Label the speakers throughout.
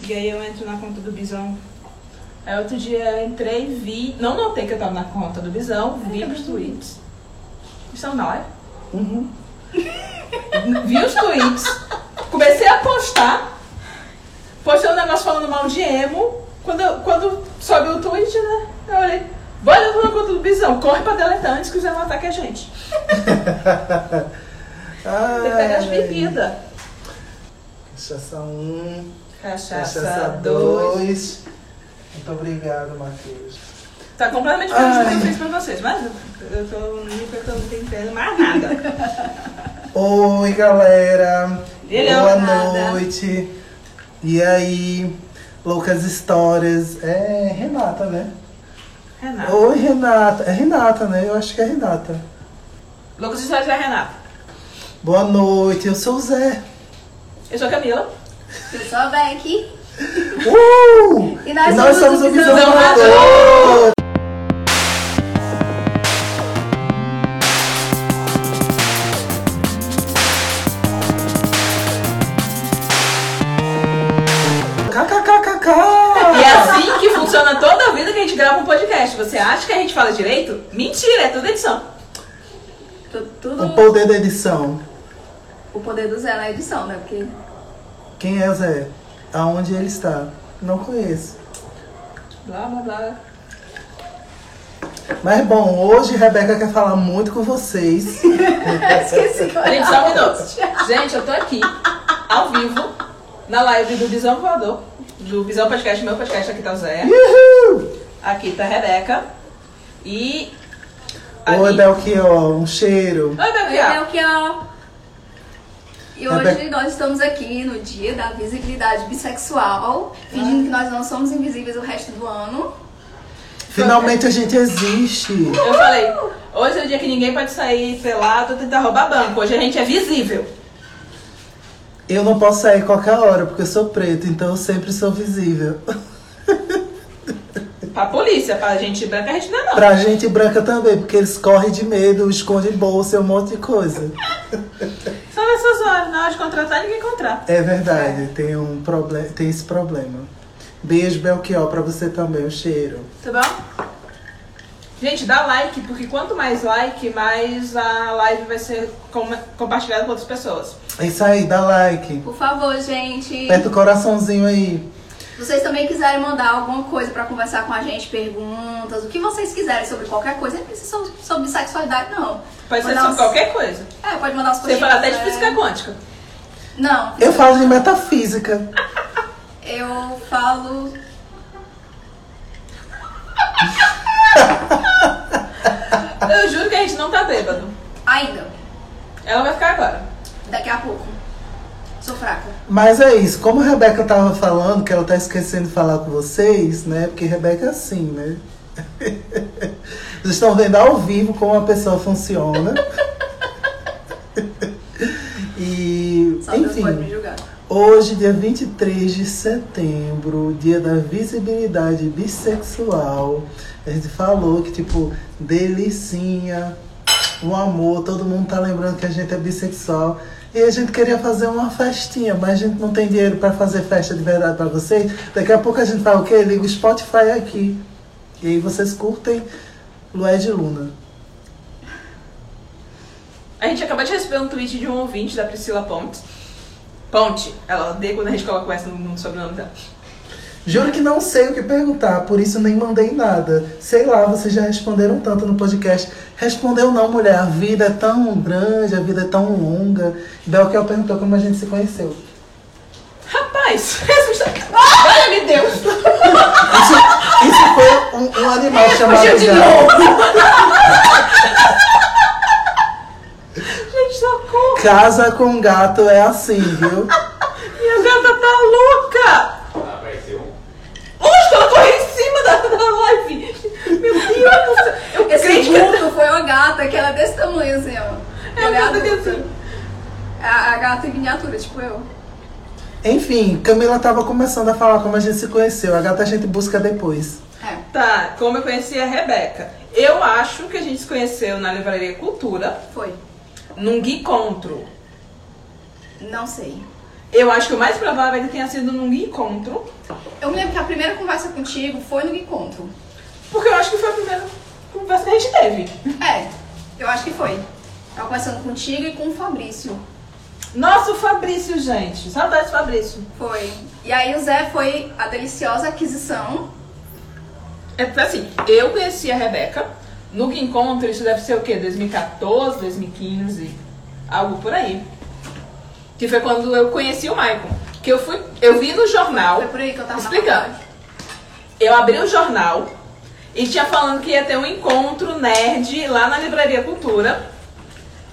Speaker 1: E aí eu entro na conta do Bisão. Aí outro dia eu entrei, vi. Não notei que eu tava na conta do Bisão, vi os tweets. é Estão na hora?
Speaker 2: Uhum.
Speaker 1: Vi os tweets. Comecei a postar. Postei um negócio falando mal de emo. Quando, eu- quando sobe o tweet, né? Eu olhei. Bora eu tô na conta do Bisão. Corre pra deletar antes que o Zé não ataque a gente.
Speaker 2: Ah,
Speaker 1: Tem que pegar as bebidas.
Speaker 2: Cachaça 1, cachaça
Speaker 1: Cachaça 2.
Speaker 2: 2. Muito obrigado, Matheus.
Speaker 1: Tá completamente diferente do que
Speaker 2: Ai.
Speaker 1: eu fiz pra vocês, mas eu- eu tô no nível que eu não tô entendendo mais nada.
Speaker 2: Oi, galera.
Speaker 1: Ele é
Speaker 2: Boa
Speaker 1: um nada.
Speaker 2: noite. E aí, loucas histórias. É Renata, né?
Speaker 1: Renata.
Speaker 2: Oi, Renata. É Renata, né? Eu acho que é Renata.
Speaker 1: Loucos Histórias da Renata.
Speaker 2: Boa noite, eu sou o Zé.
Speaker 1: Eu sou a Camila.
Speaker 3: Eu sou a Beck.
Speaker 2: Uh!
Speaker 3: E nós somos
Speaker 2: somos
Speaker 3: o
Speaker 2: o
Speaker 3: Visão
Speaker 2: Visão
Speaker 1: Amador.
Speaker 2: Amador.
Speaker 1: E
Speaker 2: KKKKK!
Speaker 1: é assim que funciona toda a vida que a gente grava um podcast. Você acha que a gente fala direito? Mentira, é tudo edição.
Speaker 3: Tu- Tudo
Speaker 2: O poder da edição.
Speaker 3: o poder do Zé na edição, né? Porque
Speaker 2: Quem é Zé? Aonde ele está? Não conheço.
Speaker 1: Blá, blá, blá.
Speaker 2: Mas bom, hoje Rebeca quer falar muito com vocês.
Speaker 3: esqueci que eu
Speaker 1: Gente, só um minuto. Gente, eu tô aqui, ao vivo, na live do Visão Voador. Do Visão Podcast, meu podcast. Aqui tá o Zé. Aqui tá a Rebeca. E...
Speaker 2: Oi,
Speaker 1: ali-
Speaker 2: Belchior, um cheiro.
Speaker 1: Oi,
Speaker 3: Oi,
Speaker 1: Belchior.
Speaker 3: Belchior. é, E
Speaker 2: É,
Speaker 3: hoje
Speaker 2: Be-
Speaker 3: nós estamos aqui no dia da visibilidade bissexual, fingindo que nós não somos invisíveis o resto do ano.
Speaker 2: Finalmente a gente existe.
Speaker 1: Eu falei, hoje é o dia que ninguém pode sair pelado e tentar roubar banco. Hoje a gente é visível.
Speaker 2: Eu não posso sair qualquer hora, porque eu sou preto, então eu sempre sou visível.
Speaker 1: Pra polícia, pra gente branca, a gente não é não.
Speaker 2: Pra gente branca também, porque eles correm de medo, escondem bolsa, um monte de coisa.
Speaker 1: Só nessas horas, na hora de contratar, ninguém contrata.
Speaker 2: É verdade, tem um problema, tem esse problema. Beijo, Belchior, pra você também, um cheiro.
Speaker 1: Tá bom? Gente, dá like, porque quanto mais like, mais a live vai ser com- compartilhada com outras pessoas.
Speaker 2: É isso aí, dá like.
Speaker 3: Por favor, gente.
Speaker 2: Aperta o coraçãozinho aí.
Speaker 3: Vocês também quiserem mandar alguma coisa pra conversar com a gente, perguntas, o que vocês quiserem sobre qualquer coisa, não precisa sobre- sobre sexualidade, não.
Speaker 1: Pode ser
Speaker 3: Mandar
Speaker 1: sobre
Speaker 3: uns-
Speaker 1: qualquer coisa.
Speaker 3: É, pode mandar as
Speaker 1: Você
Speaker 3: coisas.
Speaker 1: fala até é de física quântica.
Speaker 3: Não,
Speaker 2: Eu falo de metafísica.
Speaker 3: eu falo.
Speaker 1: Eu juro que a gente não tá bêbado.
Speaker 3: Ainda.
Speaker 1: Ela vai ficar agora.
Speaker 3: Daqui a pouco. Sou fraca.
Speaker 2: Mas é isso, como a Rebeca tava falando, que ela tá esquecendo de falar com vocês, né? Porque Rebeca é assim, né? Vocês estão vendo ao vivo como a pessoa funciona. E,
Speaker 3: Só Deus pode me
Speaker 2: enfim,
Speaker 3: julgar.
Speaker 2: hoje, dia 23 de setembro, dia da visibilidade bissexual, a gente falou que, tipo, delicinha, o amor, todo mundo tá lembrando que a gente é bissexual. E a gente queria fazer uma festinha, mas a gente não tem dinheiro pra fazer festa de verdade pra vocês. Daqui a pouco a gente fala o quê? Liga o Spotify aqui. E aí vocês curtem Lué de Luna.
Speaker 1: A gente acabou de receber um tweet de um ouvinte da Priscila Pontes. Ponte, ela odeia quando a gente coloca o S no, no sobrenome dela.
Speaker 2: Juro que não sei o que perguntar, por isso nem mandei nada. Sei lá, vocês já responderam tanto no podcast. Respondeu não, mulher. A vida é tão grande, a vida é tão longa. Belchior perguntou como a gente se conheceu.
Speaker 1: Rapaz, essa história. Olha, me Deus!
Speaker 2: Isso, isso foi um, um animal chamado
Speaker 1: de
Speaker 2: Galo.
Speaker 1: Gente, socorro!
Speaker 2: Casa com gato é assim, viu?
Speaker 1: Minha gata tá louca!
Speaker 4: Ela apareceu
Speaker 1: Hoje ela correu em cima da, da live! Meu Deus do céu! Eu
Speaker 3: Esse é
Speaker 1: creio que
Speaker 3: vulto foi uma gata que ela é desse tamanho assim, ó.
Speaker 1: eu
Speaker 3: Ela é
Speaker 1: gata que
Speaker 3: adulta.
Speaker 1: assim.
Speaker 3: A, a gata em miniatura, tipo eu.
Speaker 2: Enfim, Camila tava começando a falar como a gente se conheceu. A gata a gente busca depois.
Speaker 3: É.
Speaker 1: Tá, como eu conheci a Rebeca? Eu acho que a gente se conheceu na Livraria Cultura,
Speaker 3: Foi.
Speaker 1: num encontro.
Speaker 3: Não sei.
Speaker 1: Eu acho que o mais provável é que tenha sido num encontro.
Speaker 3: Eu me lembro que a primeira conversa contigo foi no encontro.
Speaker 1: Porque eu acho que foi a primeira conversa que a gente teve.
Speaker 3: É, eu acho que foi. Tava conversando contigo e com o Fabrício.
Speaker 1: Nossa, o Fabrício, gente. Saudades do Fabrício.
Speaker 3: Foi. E aí o Zé foi a deliciosa aquisição.
Speaker 1: É porque assim, eu conheci a Rebeca no que encontro, isso deve ser o quê? 2014, 2015, algo por aí. Que foi quando eu conheci o Maicon. Que eu fui, eu vi no jornal.
Speaker 3: Foi por aí que eu tava na
Speaker 1: Explicando.
Speaker 3: faculdade.
Speaker 1: Eu abri o jornal e tinha falando que ia ter um encontro nerd lá na Livraria Cultura.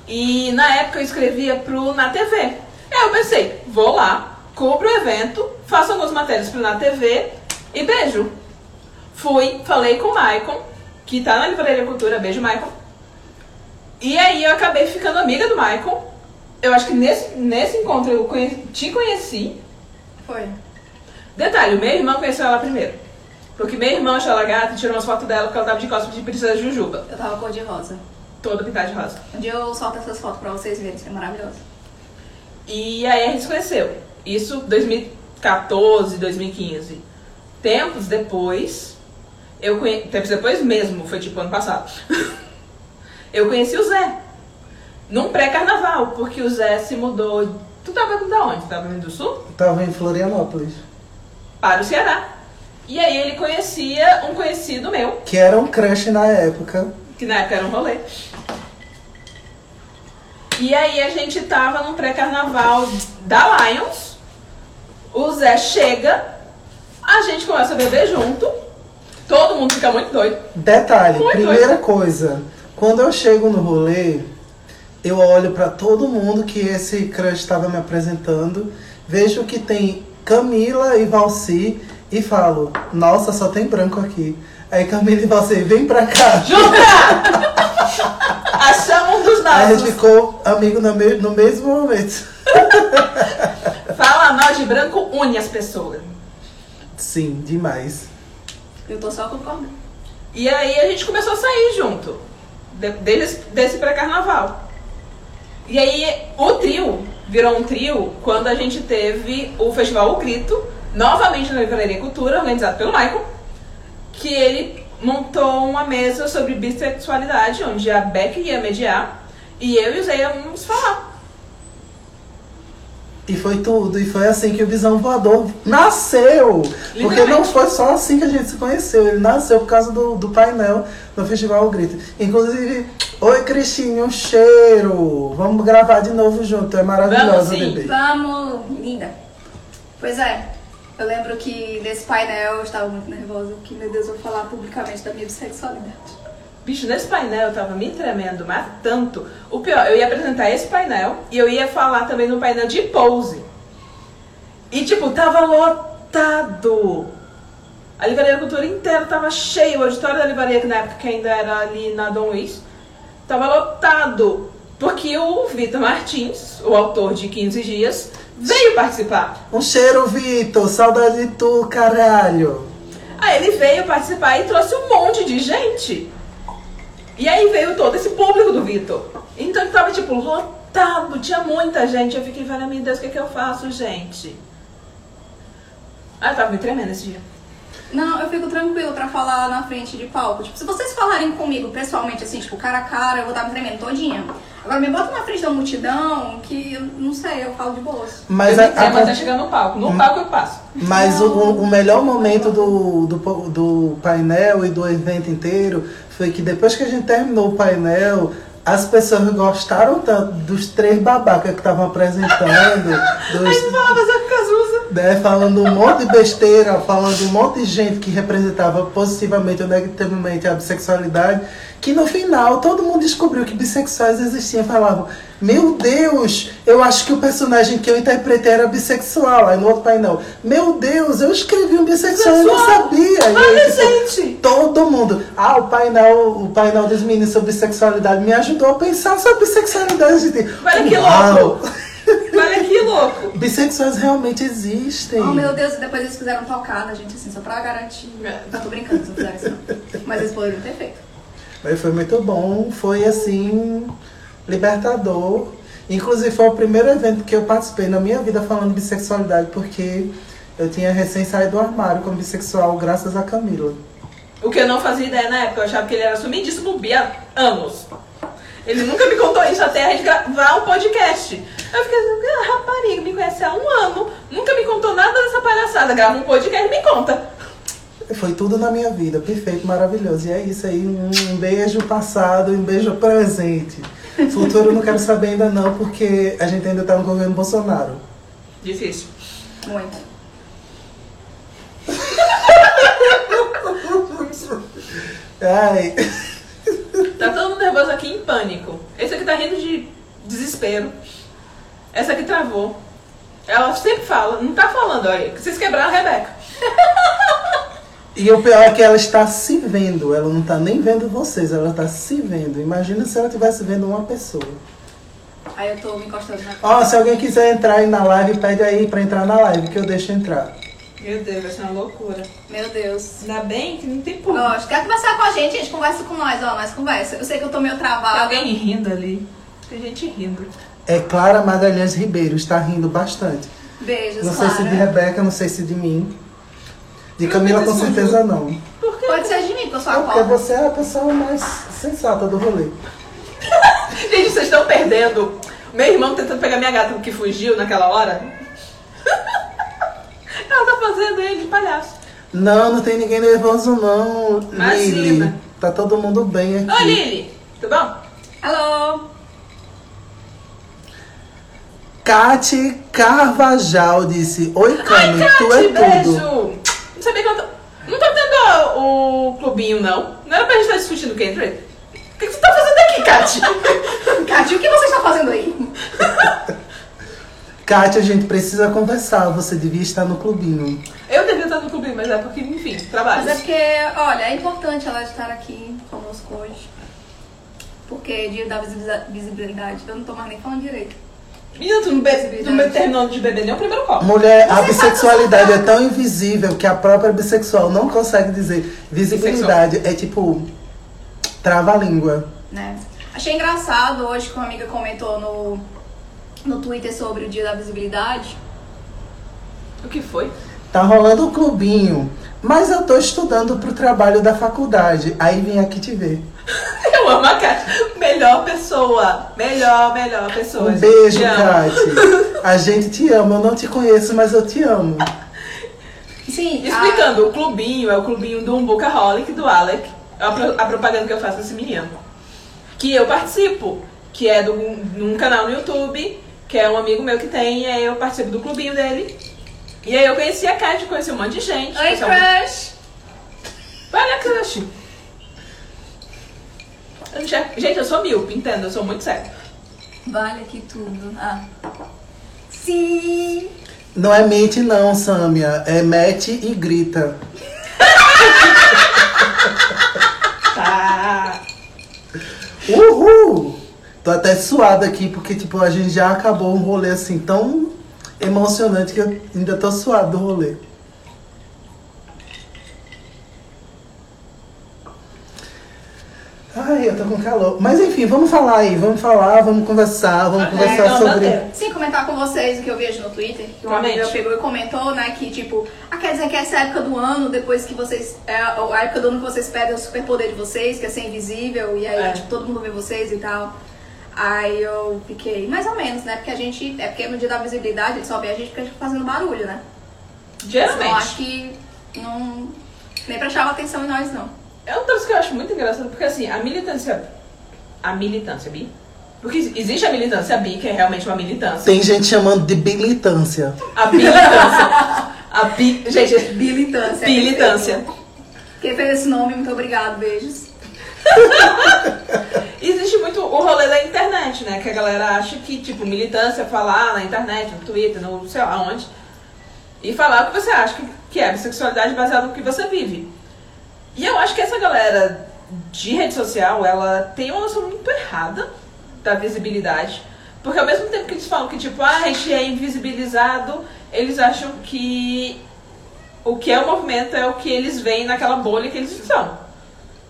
Speaker 1: E na época eu escrevia pro Na TV. Aí eu pensei, vou lá, cubro o evento, faço algumas matérias pro Na TV e beijo. Fui, falei com o Maicon, que tá na Livraria Cultura, beijo Maicon. E aí eu acabei ficando amiga do Maicon. Eu acho que nesse, nesse encontro eu conhe- te conheci.
Speaker 3: Foi.
Speaker 1: Detalhe, meu irmão conheceu ela primeiro. Porque meu irmão achou ela gata e tirou umas fotos dela porque ela tava de costas de princesa Jujuba.
Speaker 3: Eu tava cor de rosa.
Speaker 1: Toda pintada de rosa.
Speaker 3: Um dia eu solto essas fotos pra vocês verem, isso é maravilhoso.
Speaker 1: E aí a gente se conheceu. Isso 2014, 2015. Tempos depois, eu conhe... Tempos depois mesmo, foi tipo ano passado. eu conheci o Zé. Num pré-carnaval, porque o Zé se mudou. Tu tava vindo da onde? Tu tava vindo do sul?
Speaker 2: Tava em Florianópolis.
Speaker 1: Para o Ceará. E aí ele conhecia um conhecido meu,
Speaker 2: Que era um crush na época.
Speaker 1: que na época era um rolê. E aí a gente tava no pré-carnaval da Lions. O Zé chega, a gente começa a beber junto. Todo mundo fica muito doido.
Speaker 2: Detalhe,
Speaker 1: Muito
Speaker 2: primeira coisa, quando eu chego no rolê, eu olho pra todo mundo que esse crush estava me apresentando, vejo que tem Camila e Valci e falo, nossa, só tem branco aqui. Aí Camila e Valci, vem pra cá.
Speaker 1: Junta! Achamos um dos
Speaker 2: Aí a gente
Speaker 1: nossos.
Speaker 2: ficou amigo no, me- no mesmo momento.
Speaker 1: Fala mal de branco, une as pessoas.
Speaker 2: Sim, demais.
Speaker 3: Eu tô só concordando.
Speaker 1: E aí a gente começou a sair junto. de- Deles, desse pré-carnaval. E aí o trio virou um trio quando a gente teve o Festival O Grito, novamente na Livraria Cultura, organizado pelo Michael, que ele montou uma mesa sobre bissexualidade, onde a Beck ia mediar, e eu e o Zé íamos falar.
Speaker 2: E foi tudo, e foi assim que o Visão Voador nasceu! Porque não
Speaker 1: Literalmente.
Speaker 2: foi só assim que a gente se conheceu, ele nasceu por causa do, do painel no Festival O Grito. Inclusive, oi Cristinho, um cheiro! Vamos gravar de novo junto, é
Speaker 1: Vamos,
Speaker 2: maravilhosa,
Speaker 1: sim.
Speaker 2: bebê.
Speaker 3: Vamos, linda. Pois é, eu lembro que nesse painel eu estava muito nervosa, porque, meu Deus, eu vou falar publicamente da minha bissexualidade.
Speaker 1: Bicho, nesse painel eu tava me tremendo, mas tanto. O pior, eu ia apresentar esse painel e eu ia falar também no painel de pose. E tipo, tava lotado. A Livraria Cultura inteira tava cheia. O auditório da Livraria, que na época que ainda era ali na Dom Luiz, tava lotado. Porque o Vitor Martins, o autor de 15 dias, veio participar.
Speaker 2: Um cheiro, Vitor! Saudade de tu, caralho!
Speaker 1: Aí ele veio participar e trouxe um monte de gente. E aí veio todo esse público do Vitor. Então ele tava tipo lotado, tinha muita gente. Eu fiquei, vale, meu Deus, o que, é que eu faço, gente? Ah, eu tava me tremendo esse dia.
Speaker 3: Não, eu fico tranquila pra falar na frente de palco. Tipo, se vocês falarem comigo pessoalmente, assim, tipo, cara a cara, eu vou estar me tremendo todinha. Agora me bota na frente da multidão, que eu não sei, eu falo de bolso.
Speaker 2: Mas
Speaker 1: eu
Speaker 2: a-
Speaker 1: me tremo
Speaker 2: a- Hum.
Speaker 1: até chegar no palco. No palco eu passo.
Speaker 2: Mas o, o melhor momento do, do, po- do painel e do evento inteiro foi que depois que a gente terminou o painel, as pessoas gostaram tanto dos três babacas que estavam apresentando,
Speaker 1: Aí tu
Speaker 2: dos,
Speaker 1: falava Zé Cazuza.
Speaker 2: né, falando um monte de besteira, falando um monte de gente que representava positivamente ou negativamente a bissexualidade, que no final todo mundo descobriu que bissexuais existiam. Falavam, meu Deus, eu acho que o personagem que eu interpretei era bissexual. Aí no outro painel, meu Deus, eu escrevi um bissexual, eu não
Speaker 1: Bissexual.
Speaker 2: sabia. E
Speaker 1: Olha,
Speaker 2: aí, tipo,
Speaker 1: gente!
Speaker 2: Todo mundo. Ah, o painel, o painel dos meninos sobre sexualidade me ajudou a pensar sobre sexualidade.
Speaker 1: Olha que
Speaker 2: Uau,
Speaker 1: louco! Olha que louco!
Speaker 2: Bissexuais realmente existem.
Speaker 3: Oh meu Deus, e depois eles fizeram tocada, gente, assim, só pra garantir. Não tô brincando, se não fizeram isso não. Mas eles poderiam ter feito.
Speaker 2: Mas foi muito bom, foi assim, libertador. Inclusive, foi o primeiro evento que eu participei na minha vida falando de bissexualidade, porque eu tinha recém saído do armário como bissexual, graças a Camila.
Speaker 1: O que eu não fazia ideia na época, eu achava que ele era sumidíssimo bi há anos. Ele nunca me contou isso até a gente gravar um podcast. Eu fiquei assim, ah, rapariga, me conhece há um ano, nunca me contou nada dessa palhaçada. Grava um podcast e me conta.
Speaker 2: Foi tudo na minha vida, perfeito, maravilhoso. E é isso aí, um um beijo passado, um beijo presente. Futuro eu não quero saber ainda não, porque a gente ainda tá no governo Bolsonaro.
Speaker 1: Difícil.
Speaker 3: Muito.
Speaker 2: Ai,
Speaker 1: Tá todo mundo nervoso aqui em pânico. Esse aqui tá rindo de desespero. Essa aqui travou. Ela sempre fala, não tá falando, olha. que Vocês quebraram a Rebeca.
Speaker 2: e o pior é que ela está se vendo, ela não tá nem vendo vocês, ela tá se vendo. Imagina se ela estivesse vendo uma pessoa.
Speaker 3: Aí eu tô me encostando na
Speaker 2: Ó, se alguém quiser entrar aí na live, pede aí pra entrar na live, que eu deixo entrar.
Speaker 1: Meu Deus, vai ser uma loucura.
Speaker 3: Meu Deus.
Speaker 1: Ainda bem que não tem público.
Speaker 3: Ó, se quer conversar com a gente, gente, conversa com nós, ó, nós conversa. Eu sei que eu tô meio
Speaker 1: Tem
Speaker 3: travada.
Speaker 1: alguém rindo ali. Tem gente rindo.
Speaker 2: É Clara Magalhães Ribeiro, está rindo bastante.
Speaker 3: Beijos,
Speaker 2: Não sei
Speaker 3: Clara.
Speaker 2: se de Rebeca, não sei se de mim. De Camila com certeza não.
Speaker 3: Pode ser de mim, porque eu
Speaker 1: Tá
Speaker 3: sou a
Speaker 2: Porque
Speaker 3: cobra.
Speaker 2: você é a pessoa mais sensata do rolê.
Speaker 1: Gente, vocês estão perdendo. Meu irmão tá tentando pegar minha gata que fugiu naquela hora. Ela tá fazendo ele de palhaço.
Speaker 2: Não, não tem ninguém nervoso não,
Speaker 1: Imagina.
Speaker 2: Lili. Tá todo mundo bem aqui.
Speaker 1: Oi, Lili. Tudo bom?
Speaker 3: Alô!
Speaker 2: Cate Carvajal disse: Oi, Cami, tu
Speaker 1: Cate,
Speaker 2: é
Speaker 1: beijo.
Speaker 2: tudo.
Speaker 1: Não sabia que eu tô... Não tô tendo o clubinho, não. Não era pra gente estar discutindo o Kendrick? O que que você tá fazendo aqui, Cate?
Speaker 3: Cati, o que você está fazendo aí?
Speaker 2: Cate, a gente precisa conversar. Você devia estar no clubinho.
Speaker 1: Eu devia estar no clubinho, mas é porque, enfim, trabalho.
Speaker 3: Mas é porque, olha, é importante ela estar aqui conosco hoje. Porque dia da visibiliza- visibilidade, eu não tô mais nem falando direito.
Speaker 1: Menina, tu não, be... tu não terminou de beber nem o primeiro copo.
Speaker 2: Mulher, a
Speaker 1: tá
Speaker 3: Você
Speaker 2: bissexualidade é tão invisível que a própria bissexual não consegue dizer. Visibilidade é tipo. Trava a língua.
Speaker 3: né? Achei engraçado hoje que uma amiga comentou no, no Twitter sobre o dia da visibilidade.
Speaker 1: O que foi?
Speaker 2: Tá rolando o clubinho. Mas eu tô estudando pro trabalho da faculdade. Aí vim aqui te ver.
Speaker 1: Eu amo a Kátia. Melhor pessoa. Melhor, melhor pessoa.
Speaker 2: Um beijo,
Speaker 1: Te amo.
Speaker 2: Cate. A gente te ama. Eu não te conheço, mas eu te amo.
Speaker 3: Sim, a,
Speaker 1: Explicando, o clubinho é o clubinho do Umbuca Holic, do Alec. É a, pro- a propaganda que eu faço desse menino. Que eu participo. Que é de um num canal no YouTube, que é um amigo meu que tem, e aí eu participo do clubinho dele. E aí eu conheci a Kátia, conheci um monte de gente.
Speaker 3: Oi,
Speaker 1: pessoal muito-
Speaker 3: crush!
Speaker 1: Olha, crush! Eu não enxergo- Gente, eu sou míope, entendo, eu sou muito sério.
Speaker 3: Vale aqui tudo. Ah. Sim!
Speaker 2: Não é mente, não, Sâmia. É mete e grita.
Speaker 1: Tá.
Speaker 2: Uhul! Tô até suada aqui, porque, tipo, a gente já acabou um rolê assim tão emocionante que eu ainda tô suada do rolê. Ai, eu tô com calor. Mas enfim, vamos falar aí, vamos falar, vamos conversar, vamos
Speaker 1: É,
Speaker 2: conversar
Speaker 1: então,
Speaker 2: sobre.
Speaker 1: mantém.
Speaker 3: Sim, comentar com vocês o que eu vejo no Twitter, que um amigo
Speaker 1: Comente.
Speaker 3: meu pegou e comentou, né, que tipo, ah, quer dizer que essa é a época do ano, depois que vocês, é a a época do ano que vocês perdem o superpoder de vocês, que é ser invisível, e aí,
Speaker 1: É.
Speaker 3: tipo, todo mundo vê vocês e tal. Aí eu fiquei, mais ou menos, né, porque a gente, é porque no dia da visibilidade, ele só vê a gente porque a gente fica fazendo barulho, né. Então
Speaker 1: Geralmente.
Speaker 3: acho que não, nem prestava atenção em nós, não.
Speaker 1: É um troço que eu acho muito engraçado, porque assim, a militância. A militância bi. Porque existe a militância bi, que é realmente uma militância.
Speaker 2: Tem gente chamando de militância.
Speaker 1: A militância. a bi. Gente,
Speaker 3: Bilitância.
Speaker 1: militância.
Speaker 3: Quem fez esse nome, muito obrigado, beijos.
Speaker 1: Existe muito o rolê da internet, né? Que a galera acha que, tipo, militância é falar na internet, no Twitter, no sei lá onde. E falar o que você acha que, que é bissexualidade baseada no que você vive. E eu acho que essa galera de rede social, ela tem uma noção muito errada da visibilidade. Porque ao mesmo tempo que eles falam que, tipo, ah, a gente é invisibilizado, eles acham que o que é o movimento é o que eles veem naquela bolha que eles são.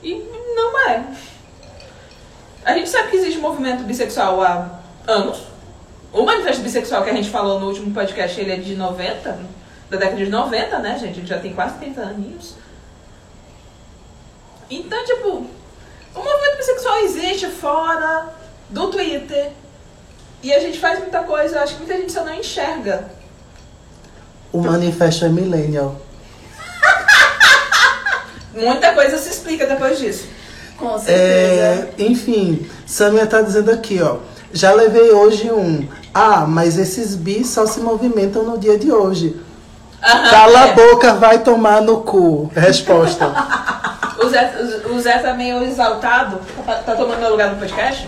Speaker 1: E não é. A gente sabe que existe movimento bissexual um há anos. O manifesto bissexual que a gente falou no último podcast, ele é de 90, da década de 90, né, gente? Ele já tem quase 30 aninhos. Então, tipo, o movimento bissexual existe fora do Twitter. E a gente faz muita coisa, eu acho que muita gente só não enxerga.
Speaker 2: O manifesto é millennial.
Speaker 1: Muita coisa se explica depois disso.
Speaker 3: Com certeza.
Speaker 2: É, enfim, Samia tá dizendo aqui, ó. Já levei hoje um. Ah, mas esses bis só se movimentam no dia de hoje.
Speaker 3: Ah,
Speaker 1: Aham,
Speaker 2: Cala a
Speaker 1: é.
Speaker 2: boca, vai tomar no cu. Resposta.
Speaker 1: É, O Zé, o Zé tá meio exaltado. Tá, tá tomando meu lugar no podcast?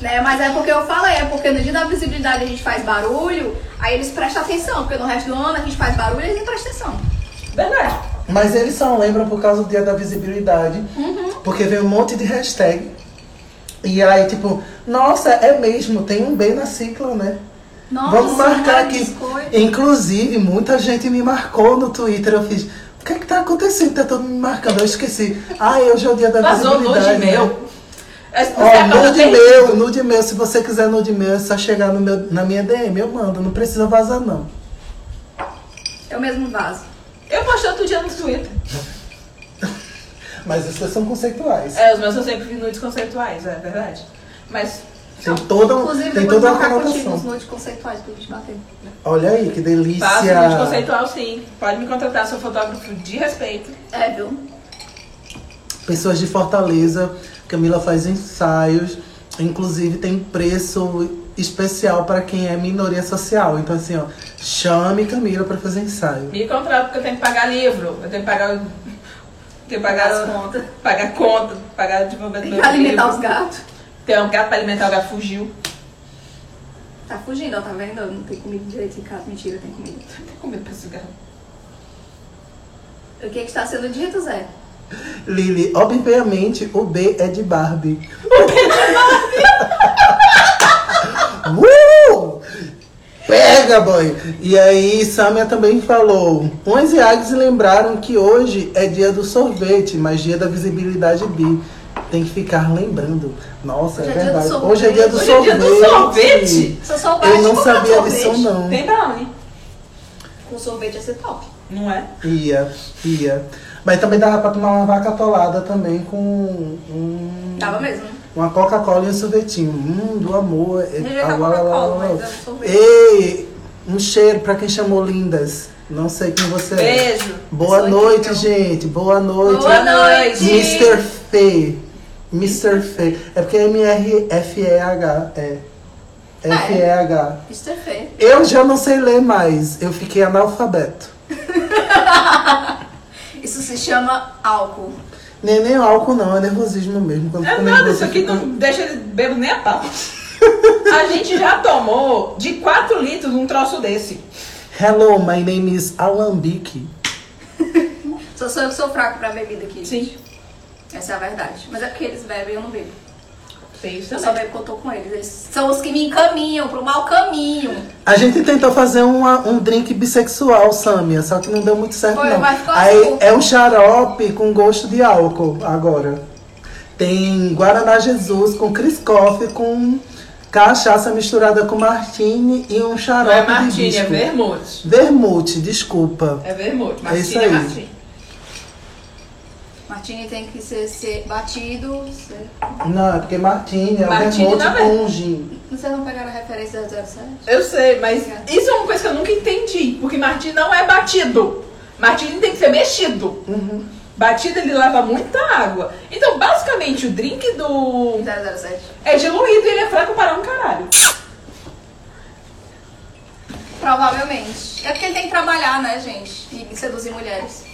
Speaker 3: Né, Mas é porque eu falei, é porque no dia da visibilidade a gente faz barulho, aí eles prestam atenção, porque no resto do ano a gente faz barulho e eles nem prestam atenção.
Speaker 1: Verdade.
Speaker 2: Mas eles só lembram por causa do dia da visibilidade.
Speaker 3: Uhum.
Speaker 2: Porque vem um monte de hashtag. E aí, tipo, nossa, é mesmo, tem um B na cicla, né?
Speaker 3: Nossa,
Speaker 2: Vamos marcar
Speaker 3: olha,
Speaker 2: aqui.
Speaker 3: biscoito.
Speaker 2: Inclusive, muita gente me marcou no Twitter. Eu fiz. O que é que tá acontecendo? Tá todo mundo me marcando. Eu esqueci. Ah, hoje é o dia da
Speaker 1: Vazou
Speaker 2: visibilidade.
Speaker 1: nude
Speaker 2: né?
Speaker 1: meu. É, Você
Speaker 2: Ó,
Speaker 1: acaba
Speaker 2: nude
Speaker 1: perdido.
Speaker 2: meu, nude meu. Se você quiser nude meu, é só chegar no meu, na minha DM. Eu mando. Não precisa vazar, não.
Speaker 3: Eu É mesmo vaso.
Speaker 1: Eu postei outro dia no Twitter.
Speaker 2: Mas as pessoas são conceituais.
Speaker 1: É, os meus são sempre nudes conceituais, é verdade. Mas
Speaker 2: Tem toda, um-
Speaker 3: Inclusive,
Speaker 2: tem
Speaker 3: eu vou
Speaker 2: toda uma
Speaker 3: marcar contigo os
Speaker 2: conotação.
Speaker 3: nudes conceituais pra gente bater.
Speaker 2: Olha aí, que delícia.
Speaker 1: faço nude conceitual sim. Pode me contratar, sou fotógrafo de respeito.
Speaker 3: É, viu?
Speaker 2: pessoas de Fortaleza. Camila faz ensaios, inclusive tem preço especial para quem é minoria social. Então assim, ó, chame Camila para fazer ensaio.
Speaker 1: Me contrata porque eu tenho que pagar livro, eu tenho que pagar. Tenho que pagar
Speaker 3: As contas.
Speaker 1: Pagar conta, pagar desenvolvimento
Speaker 3: Tem
Speaker 1: do
Speaker 3: que
Speaker 1: meu livro.
Speaker 3: alimentar os gatos.
Speaker 1: Tem um gato pra alimentar, o gato fugiu.
Speaker 3: Tá fugindo, ó, tá vendo? Eu Não tem comida direito em casa. Mentira, tem comida.
Speaker 1: Tem comida pra esse gato.
Speaker 3: O que é que está sendo dito, Zé?
Speaker 2: Lili, obviamente o B é de Barbie. Uh! Pega, boy! E aí, Samia também falou. Uns e Ags lembraram que hoje é dia do sorvete, mas dia da visibilidade bi. Tem que ficar lembrando. Nossa,
Speaker 3: Hoje
Speaker 2: é
Speaker 3: é dia do
Speaker 2: verdade.
Speaker 3: sorvete.
Speaker 2: Hoje é dia do
Speaker 1: Hoje é
Speaker 2: sorvete.
Speaker 1: dia do sorvete?
Speaker 3: Só só
Speaker 2: Eu não sabia disso, não.
Speaker 1: Tem brownie.
Speaker 3: Com sorvete ia ser top.
Speaker 1: Não é?
Speaker 2: Ia, ia. Mas também dava pra tomar uma vaca atolada também com um-
Speaker 3: Tava mesmo.
Speaker 2: uma Coca-Cola e um sorvetinho. Hum, do amor. É-
Speaker 3: Rejeita a
Speaker 2: ah, lá, lá, lá, lá,
Speaker 3: Coca-Cola,
Speaker 2: lá.
Speaker 3: mas é um sorvete.
Speaker 2: Ei, um cheiro pra quem chamou lindas. Não sei quem você é.
Speaker 1: Beijo.
Speaker 2: Boa
Speaker 3: Sou
Speaker 2: noite,
Speaker 3: incrível.
Speaker 2: gente. Boa noite.
Speaker 3: Boa noite.
Speaker 2: Mr. Fê. Mr. Fê. É porque é M-R-F-E-H. É.
Speaker 3: é.
Speaker 2: F-E-H.
Speaker 3: Isso é feio.
Speaker 2: Eu já não sei ler mais. Eu fiquei analfabeto.
Speaker 3: Isso se chama álcool.
Speaker 2: Nem, nem álcool, não. É nervosismo mesmo. Quando
Speaker 1: É
Speaker 2: fica
Speaker 1: nada,
Speaker 2: nervoso,
Speaker 1: isso aqui
Speaker 2: fica-
Speaker 1: não deixa ele bebo nem a pau. A gente já tomou de 4 litros um troço desse.
Speaker 2: Hello, my name is Alambique.
Speaker 3: Só sou eu que sou fraco pra bebida aqui.
Speaker 1: Sim.
Speaker 3: Essa é a verdade. Mas é porque eles bebem e eu não bebo.
Speaker 1: Tem isso
Speaker 3: Eu só
Speaker 1: também.
Speaker 3: bebo porque eu tô com eles. Eles são os que me encaminham pro mau caminho.
Speaker 2: A gente tentou fazer uma- um drink bissexual, Samia, só que não deu muito certo,
Speaker 3: Foi,
Speaker 2: não.
Speaker 3: mas ficou
Speaker 2: Aí
Speaker 3: azul.
Speaker 2: é um xarope com gosto de álcool agora. Tem Guaraná Jesus com Criscoff, com cachaça misturada com martini e um xarope
Speaker 1: Não é
Speaker 2: de
Speaker 1: martini, é
Speaker 2: hibisco.
Speaker 1: vermute.
Speaker 2: Vermute, desculpa.
Speaker 1: É vermute.
Speaker 2: É isso
Speaker 1: Martini é,
Speaker 2: aí.
Speaker 1: martini.
Speaker 3: Martini tem que ser, ser batido. Ser...
Speaker 2: Não, é porque martini é
Speaker 1: Martini
Speaker 2: vermute
Speaker 1: não é.
Speaker 2: com gin.
Speaker 3: Vocês não pegaram a referência da 07?
Speaker 1: Eu sei, mas
Speaker 3: Obrigada.
Speaker 1: isso é uma coisa que eu nunca entendi. Porque martini não é batido. Martini tem que ser mexido. Batido ele leva muita água. Então, basicamente, o drink do.
Speaker 3: 007.
Speaker 1: É diluído e ele é fraco para um caralho.
Speaker 3: Provavelmente. É porque ele tem que trabalhar, né, gente? E seduzir mulheres.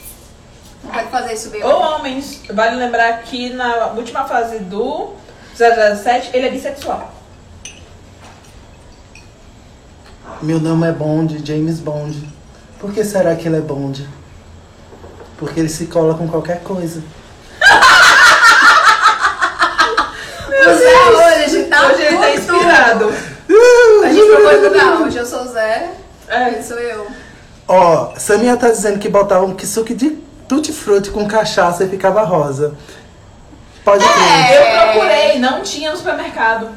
Speaker 3: Não pode fazer isso bem.
Speaker 1: Ou homens. Vale lembrar que na última fase do 007 ele é bissexual.
Speaker 2: Meu nome é Bond, James Bond. Por que será que ele é Bond? Porque ele se cola com qualquer coisa.
Speaker 3: O Zé tá hoje tá
Speaker 1: Hoje ele tá
Speaker 3: muito-
Speaker 1: inspirado.
Speaker 3: A gente propôs mudar. Hoje eu sou o Zé, ele
Speaker 1: É.
Speaker 3: sou eu.
Speaker 2: Ó, Samia tá dizendo que botava um suco de tutti-frutti com cachaça e ficava rosa. Pode crer.
Speaker 3: É.
Speaker 1: Eu procurei, não tinha no supermercado.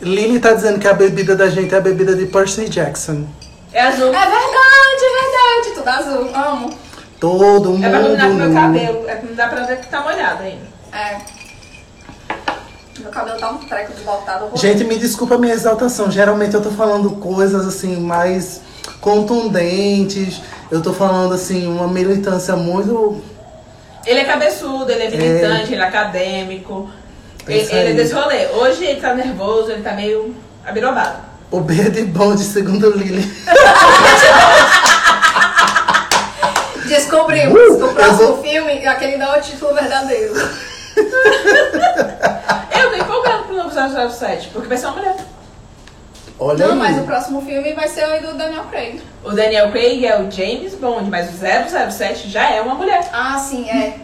Speaker 2: Lili tá dizendo que a bebida da gente é a bebida de Percy Jackson.
Speaker 1: É azul.
Speaker 3: É verdade, é verdade. Tudo azul. Amo.
Speaker 2: Todo mundo.
Speaker 1: É pra combinar com meu
Speaker 2: nu.
Speaker 1: cabelo. É, não dá pra ver que tá molhado ainda.
Speaker 3: É. Meu cabelo tá um treco desvoltado. horroroso.
Speaker 2: Gente, me desculpa a minha exaltação. Geralmente eu tô falando coisas assim mais contundentes. Eu tô falando assim uma militância muito
Speaker 1: Ele é cabeçudo, ele é militante, ele é acadêmico.
Speaker 2: É
Speaker 1: Ele,
Speaker 2: isso
Speaker 1: ele é
Speaker 2: aí.
Speaker 1: desse rolê. Hoje ele tá nervoso, ele tá meio abirobado.
Speaker 2: o de bom de segundo Lili.
Speaker 3: Descobrimos.
Speaker 2: Uh,
Speaker 3: no próximo
Speaker 2: eu vou-
Speaker 3: filme, aquele dá o título verdadeiro.
Speaker 1: Eu tô empolgado pro novo 007, porque vai ser uma mulher.
Speaker 2: Olha
Speaker 3: Não,
Speaker 2: aí.
Speaker 3: mas o próximo filme vai ser o do Daniel Craig.
Speaker 1: O Daniel Craig é o James Bond, mas o 007 já é uma mulher.
Speaker 3: Ah, sim, é.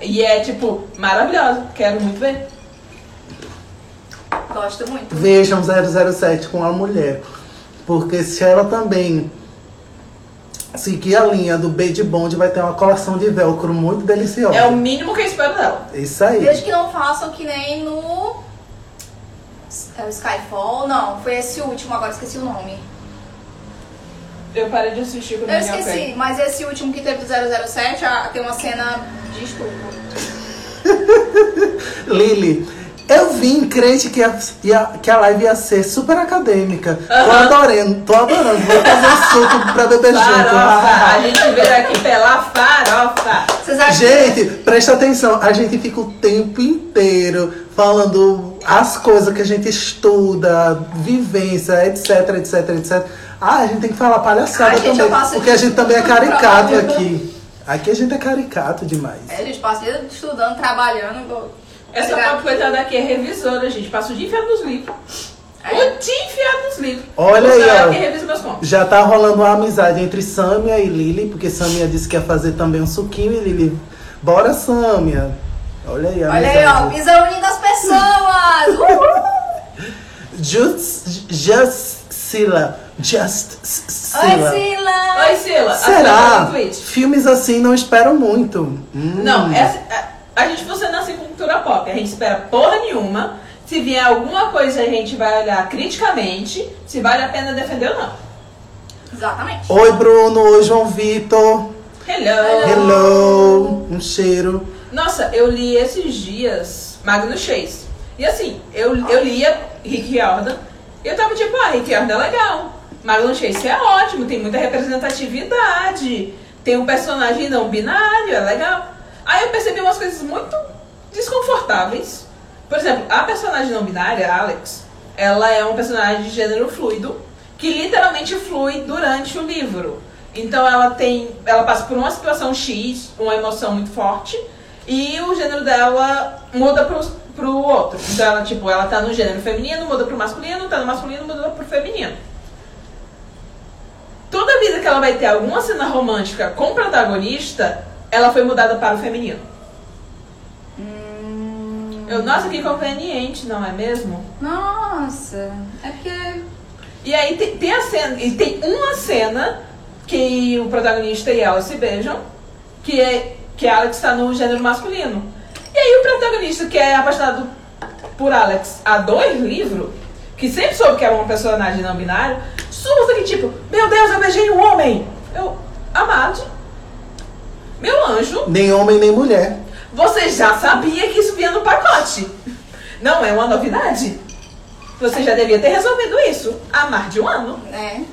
Speaker 1: E é, tipo, maravilhosa. Quero muito ver.
Speaker 3: Gosto muito.
Speaker 2: Vejam 007 com a mulher. Porque se ela também seguir a linha do B de Bond, vai ter uma colação de velcro muito deliciosa.
Speaker 1: É o mínimo que eu espero dela.
Speaker 2: Isso aí.
Speaker 3: Desde que não façam que nem no. É o Skyfall? Não, foi esse último, agora esqueci o nome.
Speaker 1: Eu parei de assistir com o
Speaker 3: Eu
Speaker 1: Daniel
Speaker 3: esqueci,
Speaker 1: Craig.
Speaker 3: mas esse último que teve do 007 ah, tem uma cena de estupro.
Speaker 2: Lili, eu vim crente que a, ia- que a live ia ser super acadêmica. Tô
Speaker 1: Aham.
Speaker 2: adorando, tô adorando. Vou fazer um suco pra beber junto.
Speaker 1: Farofa! A gente veio aqui pela farofa!
Speaker 3: Vocês acham
Speaker 2: Gente, presta atenção, a gente fica o tempo inteiro falando as coisas que a gente estuda, vivência, etc, etc, etc. Ah, a gente tem que falar palhaçada
Speaker 3: Ai, gente, eu
Speaker 2: também,
Speaker 3: faço
Speaker 2: porque a gente também é
Speaker 3: tudo pra
Speaker 2: caricato
Speaker 3: vida.
Speaker 2: aqui. Aqui a gente é caricato demais.
Speaker 3: É, a gente passa o dia estudando, trabalhando. igual-
Speaker 1: Essa
Speaker 3: Obrigada.
Speaker 1: papo coitada aqui é revisora, gente. Passa o dia enfiado nos livros.
Speaker 3: É.
Speaker 1: O dia enfiado nos livros.
Speaker 2: Olha aí,
Speaker 1: Ela
Speaker 2: ó.
Speaker 1: que revisa meus pontos.
Speaker 2: Já tá rolando uma amizade entre Samia e Lili, porque Samia disse que ia fazer também um suquinho e Lili, bora Samia. Olha aí a
Speaker 3: Olha aí, ó,
Speaker 2: amizade.
Speaker 3: pisa unindo as pessoas! Uhul!
Speaker 2: Just, just Sila. Just
Speaker 3: Oi,
Speaker 2: Sila.
Speaker 3: Sila!
Speaker 1: Oi, Sila. assina
Speaker 2: Será?
Speaker 1: no Twitch.
Speaker 2: Filmes assim não esperam muito. Hum.
Speaker 1: Não, é essa, a, a gente funciona assim com cultura pop. A gente espera porra nenhuma. Se vier alguma coisa, a gente vai olhar criticamente se vale a pena defender ou não.
Speaker 3: Exatamente.
Speaker 2: Oi, Bruno. Oi, João Vitor.
Speaker 1: Hello!
Speaker 2: Hello. Um cheiro.
Speaker 1: Nossa, eu li esses dias Magnus Chase. E assim, eu, eu lia Rick Riordan. E eu tava tipo, ah, Rick Riordan é legal. Magnus Chase é ótimo, tem muita representatividade. Tem um personagem não binário, é legal. Aí eu percebi umas coisas muito desconfortáveis. Por exemplo, a personagem não binária, a Alex, ela é um personagem de gênero fluido, que literalmente flui durante o livro. Então ela tem. Ela passa por uma situação X, uma emoção muito forte, e o gênero dela muda pro, pro outro. Então ela, tipo, ela tá no gênero feminino, muda pro masculino, tá no masculino, muda pro feminino. Toda vida que ela vai ter alguma cena romântica com o protagonista, ela foi mudada para o feminino. Eu,
Speaker 3: Uhum.
Speaker 1: nossa, que conveniente, não é mesmo?
Speaker 3: Nossa, é porque.
Speaker 1: E aí tem, tem a cena, e tem uma cena que o protagonista e ela se beijam, que é que Alex está no gênero masculino. E aí o protagonista que é apaixonado por Alex há dois livros, que sempre soube que era um personagem não binário, surta que tipo, meu Deus, eu beijei um homem! Eu, amado, meu anjo,
Speaker 2: Nem homem, nem mulher.
Speaker 1: você já sabia que isso vinha no pacote. Não é uma novidade. Você já devia ter resolvido isso há mais de um ano.
Speaker 3: né?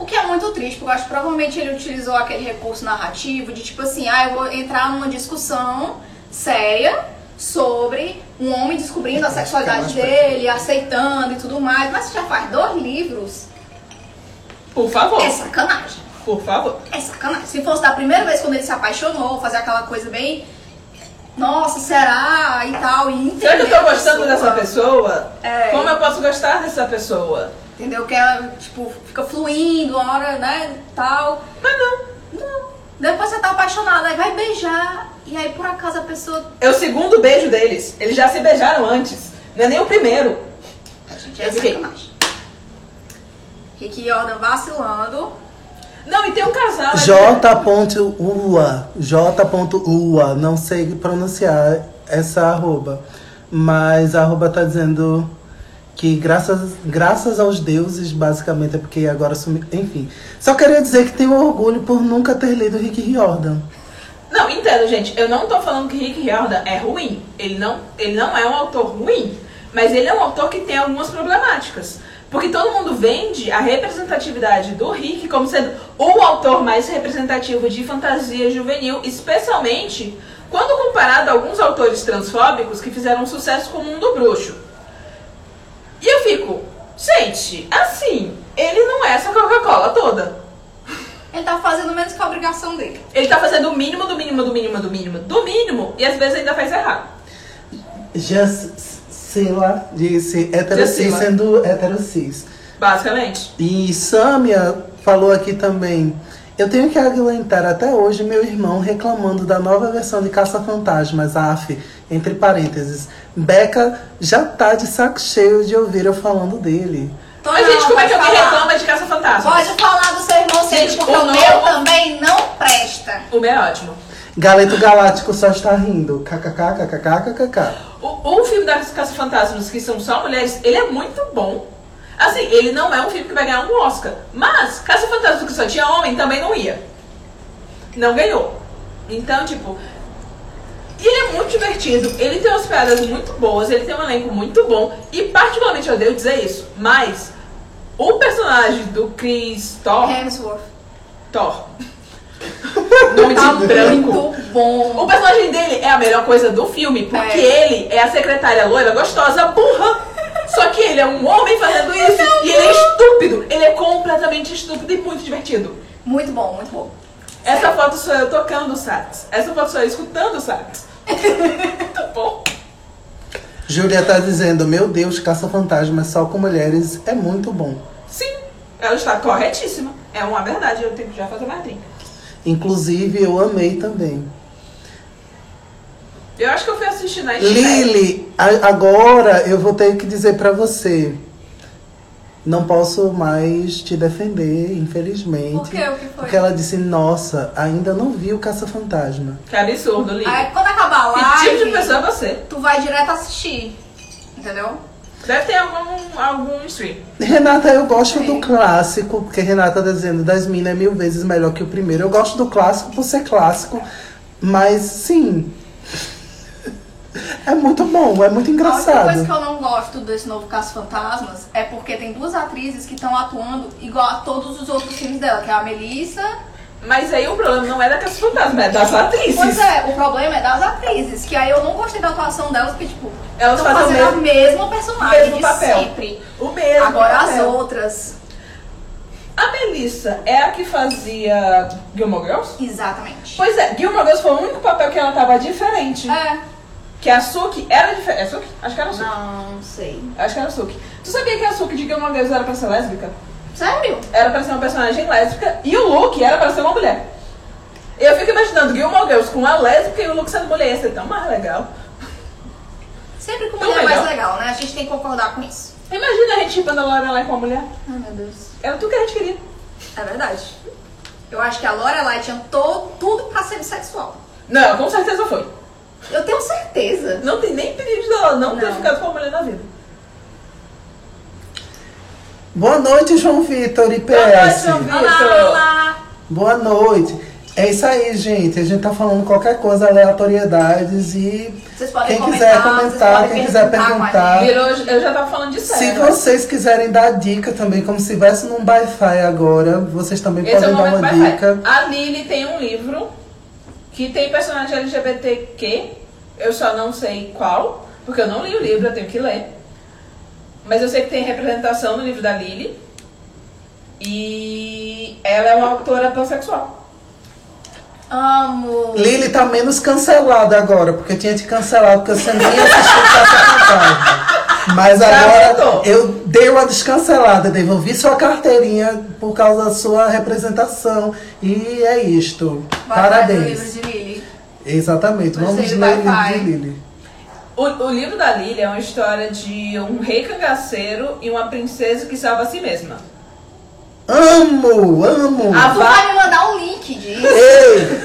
Speaker 3: O que é muito triste, porque eu acho que provavelmente ele utilizou aquele recurso narrativo de tipo assim, ah, eu vou entrar numa discussão séria sobre um homem descobrindo a sexualidade dele, aceitando e tudo mais, mas já faz dois livros,
Speaker 1: Por favor,
Speaker 3: é sacanagem.
Speaker 1: por favor.
Speaker 3: É sacanagem. Se fosse da primeira vez quando ele se apaixonou, fazer aquela coisa bem. Nossa, será? E tal, e entender.
Speaker 1: Será que eu tô
Speaker 3: a
Speaker 1: gostando dessa pessoa?
Speaker 3: É.
Speaker 1: Como eu posso gostar dessa pessoa?
Speaker 3: Entendeu? Que ela, tipo, fica fluindo, uma hora, né? Tal.
Speaker 1: Mas não.
Speaker 3: Não. Depois você tá apaixonada, aí vai beijar. E aí por acaso a pessoa.
Speaker 1: É o segundo beijo deles. Eles já se beijaram antes. Não é nem o primeiro.
Speaker 3: A gente é
Speaker 1: Eu fiquei.
Speaker 3: sacanagem. Rick Jordan vacilando.
Speaker 1: Não, e tem um casal. né?
Speaker 2: J.ua. J.ua. Não sei pronunciar essa arroba. Mas a arroba tá dizendo Que graças, graças aos deuses, basicamente, é porque agora sumiu. Enfim. Só queria dizer que tenho orgulho por nunca ter lido Rick Riordan.
Speaker 1: Não, entendo, gente. Eu não tô falando que Rick Riordan é ruim. Ele não, ele não é um autor ruim. Mas ele é um autor que tem algumas problemáticas. Porque todo mundo vende a representatividade do Rick como sendo o autor mais representativo de fantasia juvenil, especialmente quando comparado a alguns autores transfóbicos que fizeram um sucesso com o mundo bruxo. E eu fico, gente, assim, ele não é essa Coca-Cola toda.
Speaker 3: Ele tá fazendo menos que a obrigação dele.
Speaker 1: Ele tá fazendo o mínimo, do mínimo, do mínimo, do mínimo, do mínimo, e às vezes ainda faz errado.
Speaker 2: Jacila, disse heterocis
Speaker 1: Jacila.
Speaker 2: sendo heterocis.
Speaker 1: Basicamente.
Speaker 2: E Samia falou aqui também. Eu tenho que aguentar até hoje meu irmão reclamando da nova versão de Caça-Fantasmas, AF, entre parênteses. Beca já tá de saco cheio de ouvir eu falando dele.
Speaker 3: Então,
Speaker 1: Mas, gente, como é que
Speaker 3: pode
Speaker 1: alguém
Speaker 3: falar.
Speaker 1: reclama de caça-fantasma?
Speaker 3: Pode falar do seu irmão sim,
Speaker 1: Gente,
Speaker 3: porque
Speaker 1: o
Speaker 3: o meu
Speaker 1: meu-
Speaker 3: também não presta.
Speaker 1: O meu é ótimo.
Speaker 2: Galeto Galáctico só está rindo. KKKKKKKK.
Speaker 1: O, o filme das Caça-Fantasmas, que são só mulheres, ele é muito bom. Assim, ele não é um filme que vai ganhar um Oscar. Mas Caça-Fantasmas, que só tinha homem, também não ia. Não ganhou. Então, tipo... E ele é muito divertido, ele tem umas piadas muito boas, ele tem um elenco muito bom. E particularmente, eu odeio dizer isso, mas... O personagem do Chris Thor...
Speaker 3: Hemsworth.
Speaker 1: Thor. Nome
Speaker 3: Tá
Speaker 1: de branco.
Speaker 3: muito bom.
Speaker 1: O personagem dele é a melhor coisa do filme, porque
Speaker 3: É.
Speaker 1: ele é a secretária loira gostosa burra. Só que ele é um homem fazendo isso e ele é estúpido. Ele é completamente estúpido e muito divertido.
Speaker 3: Muito bom, muito bom.
Speaker 1: Essa foto sou eu tocando o sax. Essa foto sou eu escutando o sax. Muito bom.
Speaker 2: Júlia tá dizendo, meu Deus, Caça-Fantasmas só com mulheres é muito bom.
Speaker 1: Sim, ela está corretíssima. É uma verdade, eu tenho que já fazer madrinha.
Speaker 2: Inclusive, eu amei também.
Speaker 1: Eu acho que eu fui assistir na estreia.
Speaker 2: Lili, a- agora eu vou ter que dizer pra você. Não posso mais te defender, infelizmente.
Speaker 3: Por quê? O que foi?
Speaker 2: Porque ela disse, nossa, ainda não vi o Caça-Fantasma.
Speaker 1: Que absurdo, Lili.
Speaker 3: Aí quando acabar a
Speaker 1: Que tipo de
Speaker 3: live,
Speaker 1: pessoa é você?
Speaker 3: tu vai direto assistir. Entendeu?
Speaker 1: Deve ter algum, algum stream.
Speaker 2: Renata, eu gosto
Speaker 3: Sim.
Speaker 2: do clássico, porque Renata tá dizendo, das minas é mil vezes melhor que o primeiro. Eu gosto do clássico por ser clássico, mas sim. É muito bom, é muito
Speaker 3: A única coisa
Speaker 2: engraçado.
Speaker 3: que eu não gosto desse novo Caso Fantasmas é porque tem duas atrizes que estão atuando igual a todos os outros filmes dela, que é a Melissa.
Speaker 1: Mas aí o problema não é da Caça Fantasma, é das atrizes.
Speaker 3: Pois é, o problema é das atrizes, que aí eu não gostei da atuação delas, porque, tipo,
Speaker 1: Elas
Speaker 3: estão
Speaker 1: fazem o
Speaker 3: fazendo a mesma personagem
Speaker 1: mesmo
Speaker 3: de
Speaker 1: papel.
Speaker 3: sempre.
Speaker 1: O mesmo.
Speaker 3: Agora as
Speaker 1: papel.
Speaker 3: outras.
Speaker 1: A Melissa é a que fazia Gilmore Girls?
Speaker 3: Exatamente.
Speaker 1: Pois é, Gilmore Girls foi o único papel que ela tava diferente.
Speaker 3: É.
Speaker 1: Que a Suki era diferente. É Suki? Acho que era a Suki.
Speaker 3: Não sei.
Speaker 1: Acho que era a Suki. Tu sabia que a Suki de Gilmore Girls era pra ser lésbica?
Speaker 3: Sério?
Speaker 1: Era pra ser uma personagem lésbica e o Luke era pra ser uma mulher. Eu fico imaginando Gilmore Girls com a lésbica e o Luke sendo mulher. Ia ser tão mais legal.
Speaker 3: Sempre com
Speaker 1: Então,
Speaker 3: mulher é mais
Speaker 1: melhor.
Speaker 3: legal, né? A gente tem que concordar com isso.
Speaker 1: Imagina a gente chipando a Lorelai com a mulher.
Speaker 3: Ai, meu Deus.
Speaker 1: Era tudo que a gente queria.
Speaker 3: É verdade. Eu acho que a Lorelai tinha to- tudo pra ser bissexual.
Speaker 1: Não, com certeza foi.
Speaker 3: Eu tenho certeza.
Speaker 1: Não tem nem pedido dela não, ter
Speaker 3: Não.
Speaker 1: ficado com a mulher na vida.
Speaker 2: Boa noite, João Vitor e PS.
Speaker 1: Boa noite, João Vitor.
Speaker 3: Olá, olá.
Speaker 2: Boa noite. É isso aí, gente. A gente tá falando qualquer coisa, aleatoriedades e
Speaker 3: Vocês podem
Speaker 2: quem quiser
Speaker 3: comentar, vocês
Speaker 2: comentar,
Speaker 3: podem
Speaker 2: quem quiser
Speaker 3: perguntar,
Speaker 2: perguntar.
Speaker 1: Virou, eu já tava falando de
Speaker 2: Ah.
Speaker 1: né?
Speaker 2: Se
Speaker 1: sério.
Speaker 2: vocês quiserem dar dica também, como se estivesse num Wi-Fi agora, vocês também
Speaker 1: Esse é
Speaker 2: podem
Speaker 1: o
Speaker 2: dar
Speaker 1: momento
Speaker 2: uma
Speaker 1: mais vai.
Speaker 2: dica.
Speaker 1: A Lily tem um livro que tem personagem LGBTQ. Eu só não sei qual, porque eu não li o livro, eu tenho que ler. Mas eu sei que tem representação no livro da Lily. E ela é uma autora pansexual.
Speaker 3: Amo.
Speaker 2: Lili tá menos cancelada agora, porque tinha te cancelado, porque você nem assistiu Caça Fantasma. Mas
Speaker 1: Já
Speaker 2: agora
Speaker 1: voltou.
Speaker 2: eu dei uma descancelada, devolvi sua carteirinha por causa da sua representação. E é isto.
Speaker 3: Vai atrás do livro
Speaker 2: Parabéns.
Speaker 3: de Lily.
Speaker 2: Exatamente,
Speaker 3: Gostei
Speaker 2: vamos
Speaker 3: do
Speaker 2: ler o livro
Speaker 3: Wi-Fi.
Speaker 2: de Lili.
Speaker 1: O, o livro da Lily é uma história de um rei cangaceiro e uma princesa que salva a si mesma.
Speaker 2: Amo, amo.
Speaker 1: A
Speaker 3: Tu
Speaker 1: Va-
Speaker 3: vai me mandar um link disso.
Speaker 2: Ei,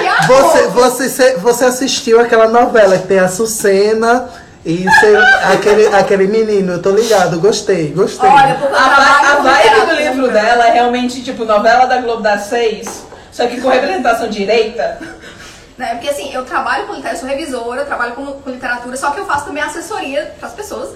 Speaker 3: Que amor.
Speaker 2: você, você, você assistiu aquela novela que tem a Sucena E ser aquele, aquele menino, eu tô ligado, gostei, gostei.
Speaker 3: Olha, porque eu
Speaker 1: A,
Speaker 3: trabalho
Speaker 1: va- a
Speaker 3: com
Speaker 1: vibe do
Speaker 3: literatura.
Speaker 1: livro dela é realmente tipo novela da Globo das Seis, só que com representação direita.
Speaker 3: Né? Porque assim, eu trabalho com literatura, eu sou revisora, eu trabalho com, com literatura, só que eu faço também assessoria pras pessoas.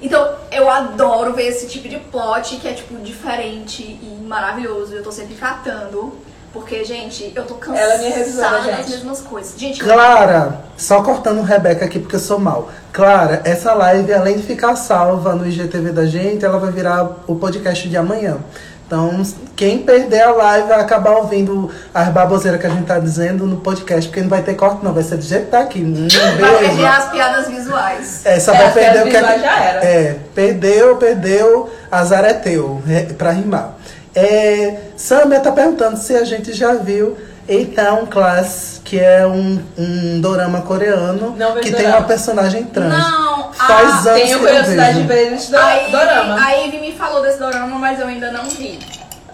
Speaker 3: Então, eu adoro ver esse tipo de plot que é, tipo, diferente e maravilhoso. Eu tô sempre catando. Porque, gente, eu tô cansada
Speaker 1: Ela é minha revisora,
Speaker 3: das
Speaker 1: gente.
Speaker 3: mesmas coisas. Gente, eu-
Speaker 2: Clara, só cortando o Rebeca aqui porque eu sou mal. Clara, essa live, além de ficar salva no IGTV da gente, ela vai virar o podcast de amanhã. Então, quem perder a live vai acabar ouvindo as baboseiras que a gente tá dizendo no podcast, porque não vai ter corte, não. Vai ser do jeito que tá aqui. Hum,
Speaker 3: vai perder
Speaker 2: beleza.
Speaker 3: as piadas visuais.
Speaker 2: É, só
Speaker 1: É,
Speaker 2: vai
Speaker 1: as
Speaker 2: perder
Speaker 1: piadas
Speaker 2: o que a
Speaker 1: visuais
Speaker 2: gente-
Speaker 1: já era.
Speaker 2: É, perdeu, perdeu, azar é teu, é, pra rimar. É, Samia tá perguntando se a gente já viu Eitaun Class, que é um, um dorama coreano
Speaker 1: Não vejo
Speaker 2: que tem
Speaker 1: dorama.
Speaker 2: uma personagem trans.
Speaker 3: Não,
Speaker 2: Faz
Speaker 3: ah,
Speaker 2: anos
Speaker 1: Tenho
Speaker 2: que eu
Speaker 1: curiosidade de
Speaker 2: vejo.
Speaker 1: ver esse do-
Speaker 3: A Ivy,
Speaker 1: dorama.
Speaker 3: a Ivy me falou desse dorama, mas eu ainda não vi.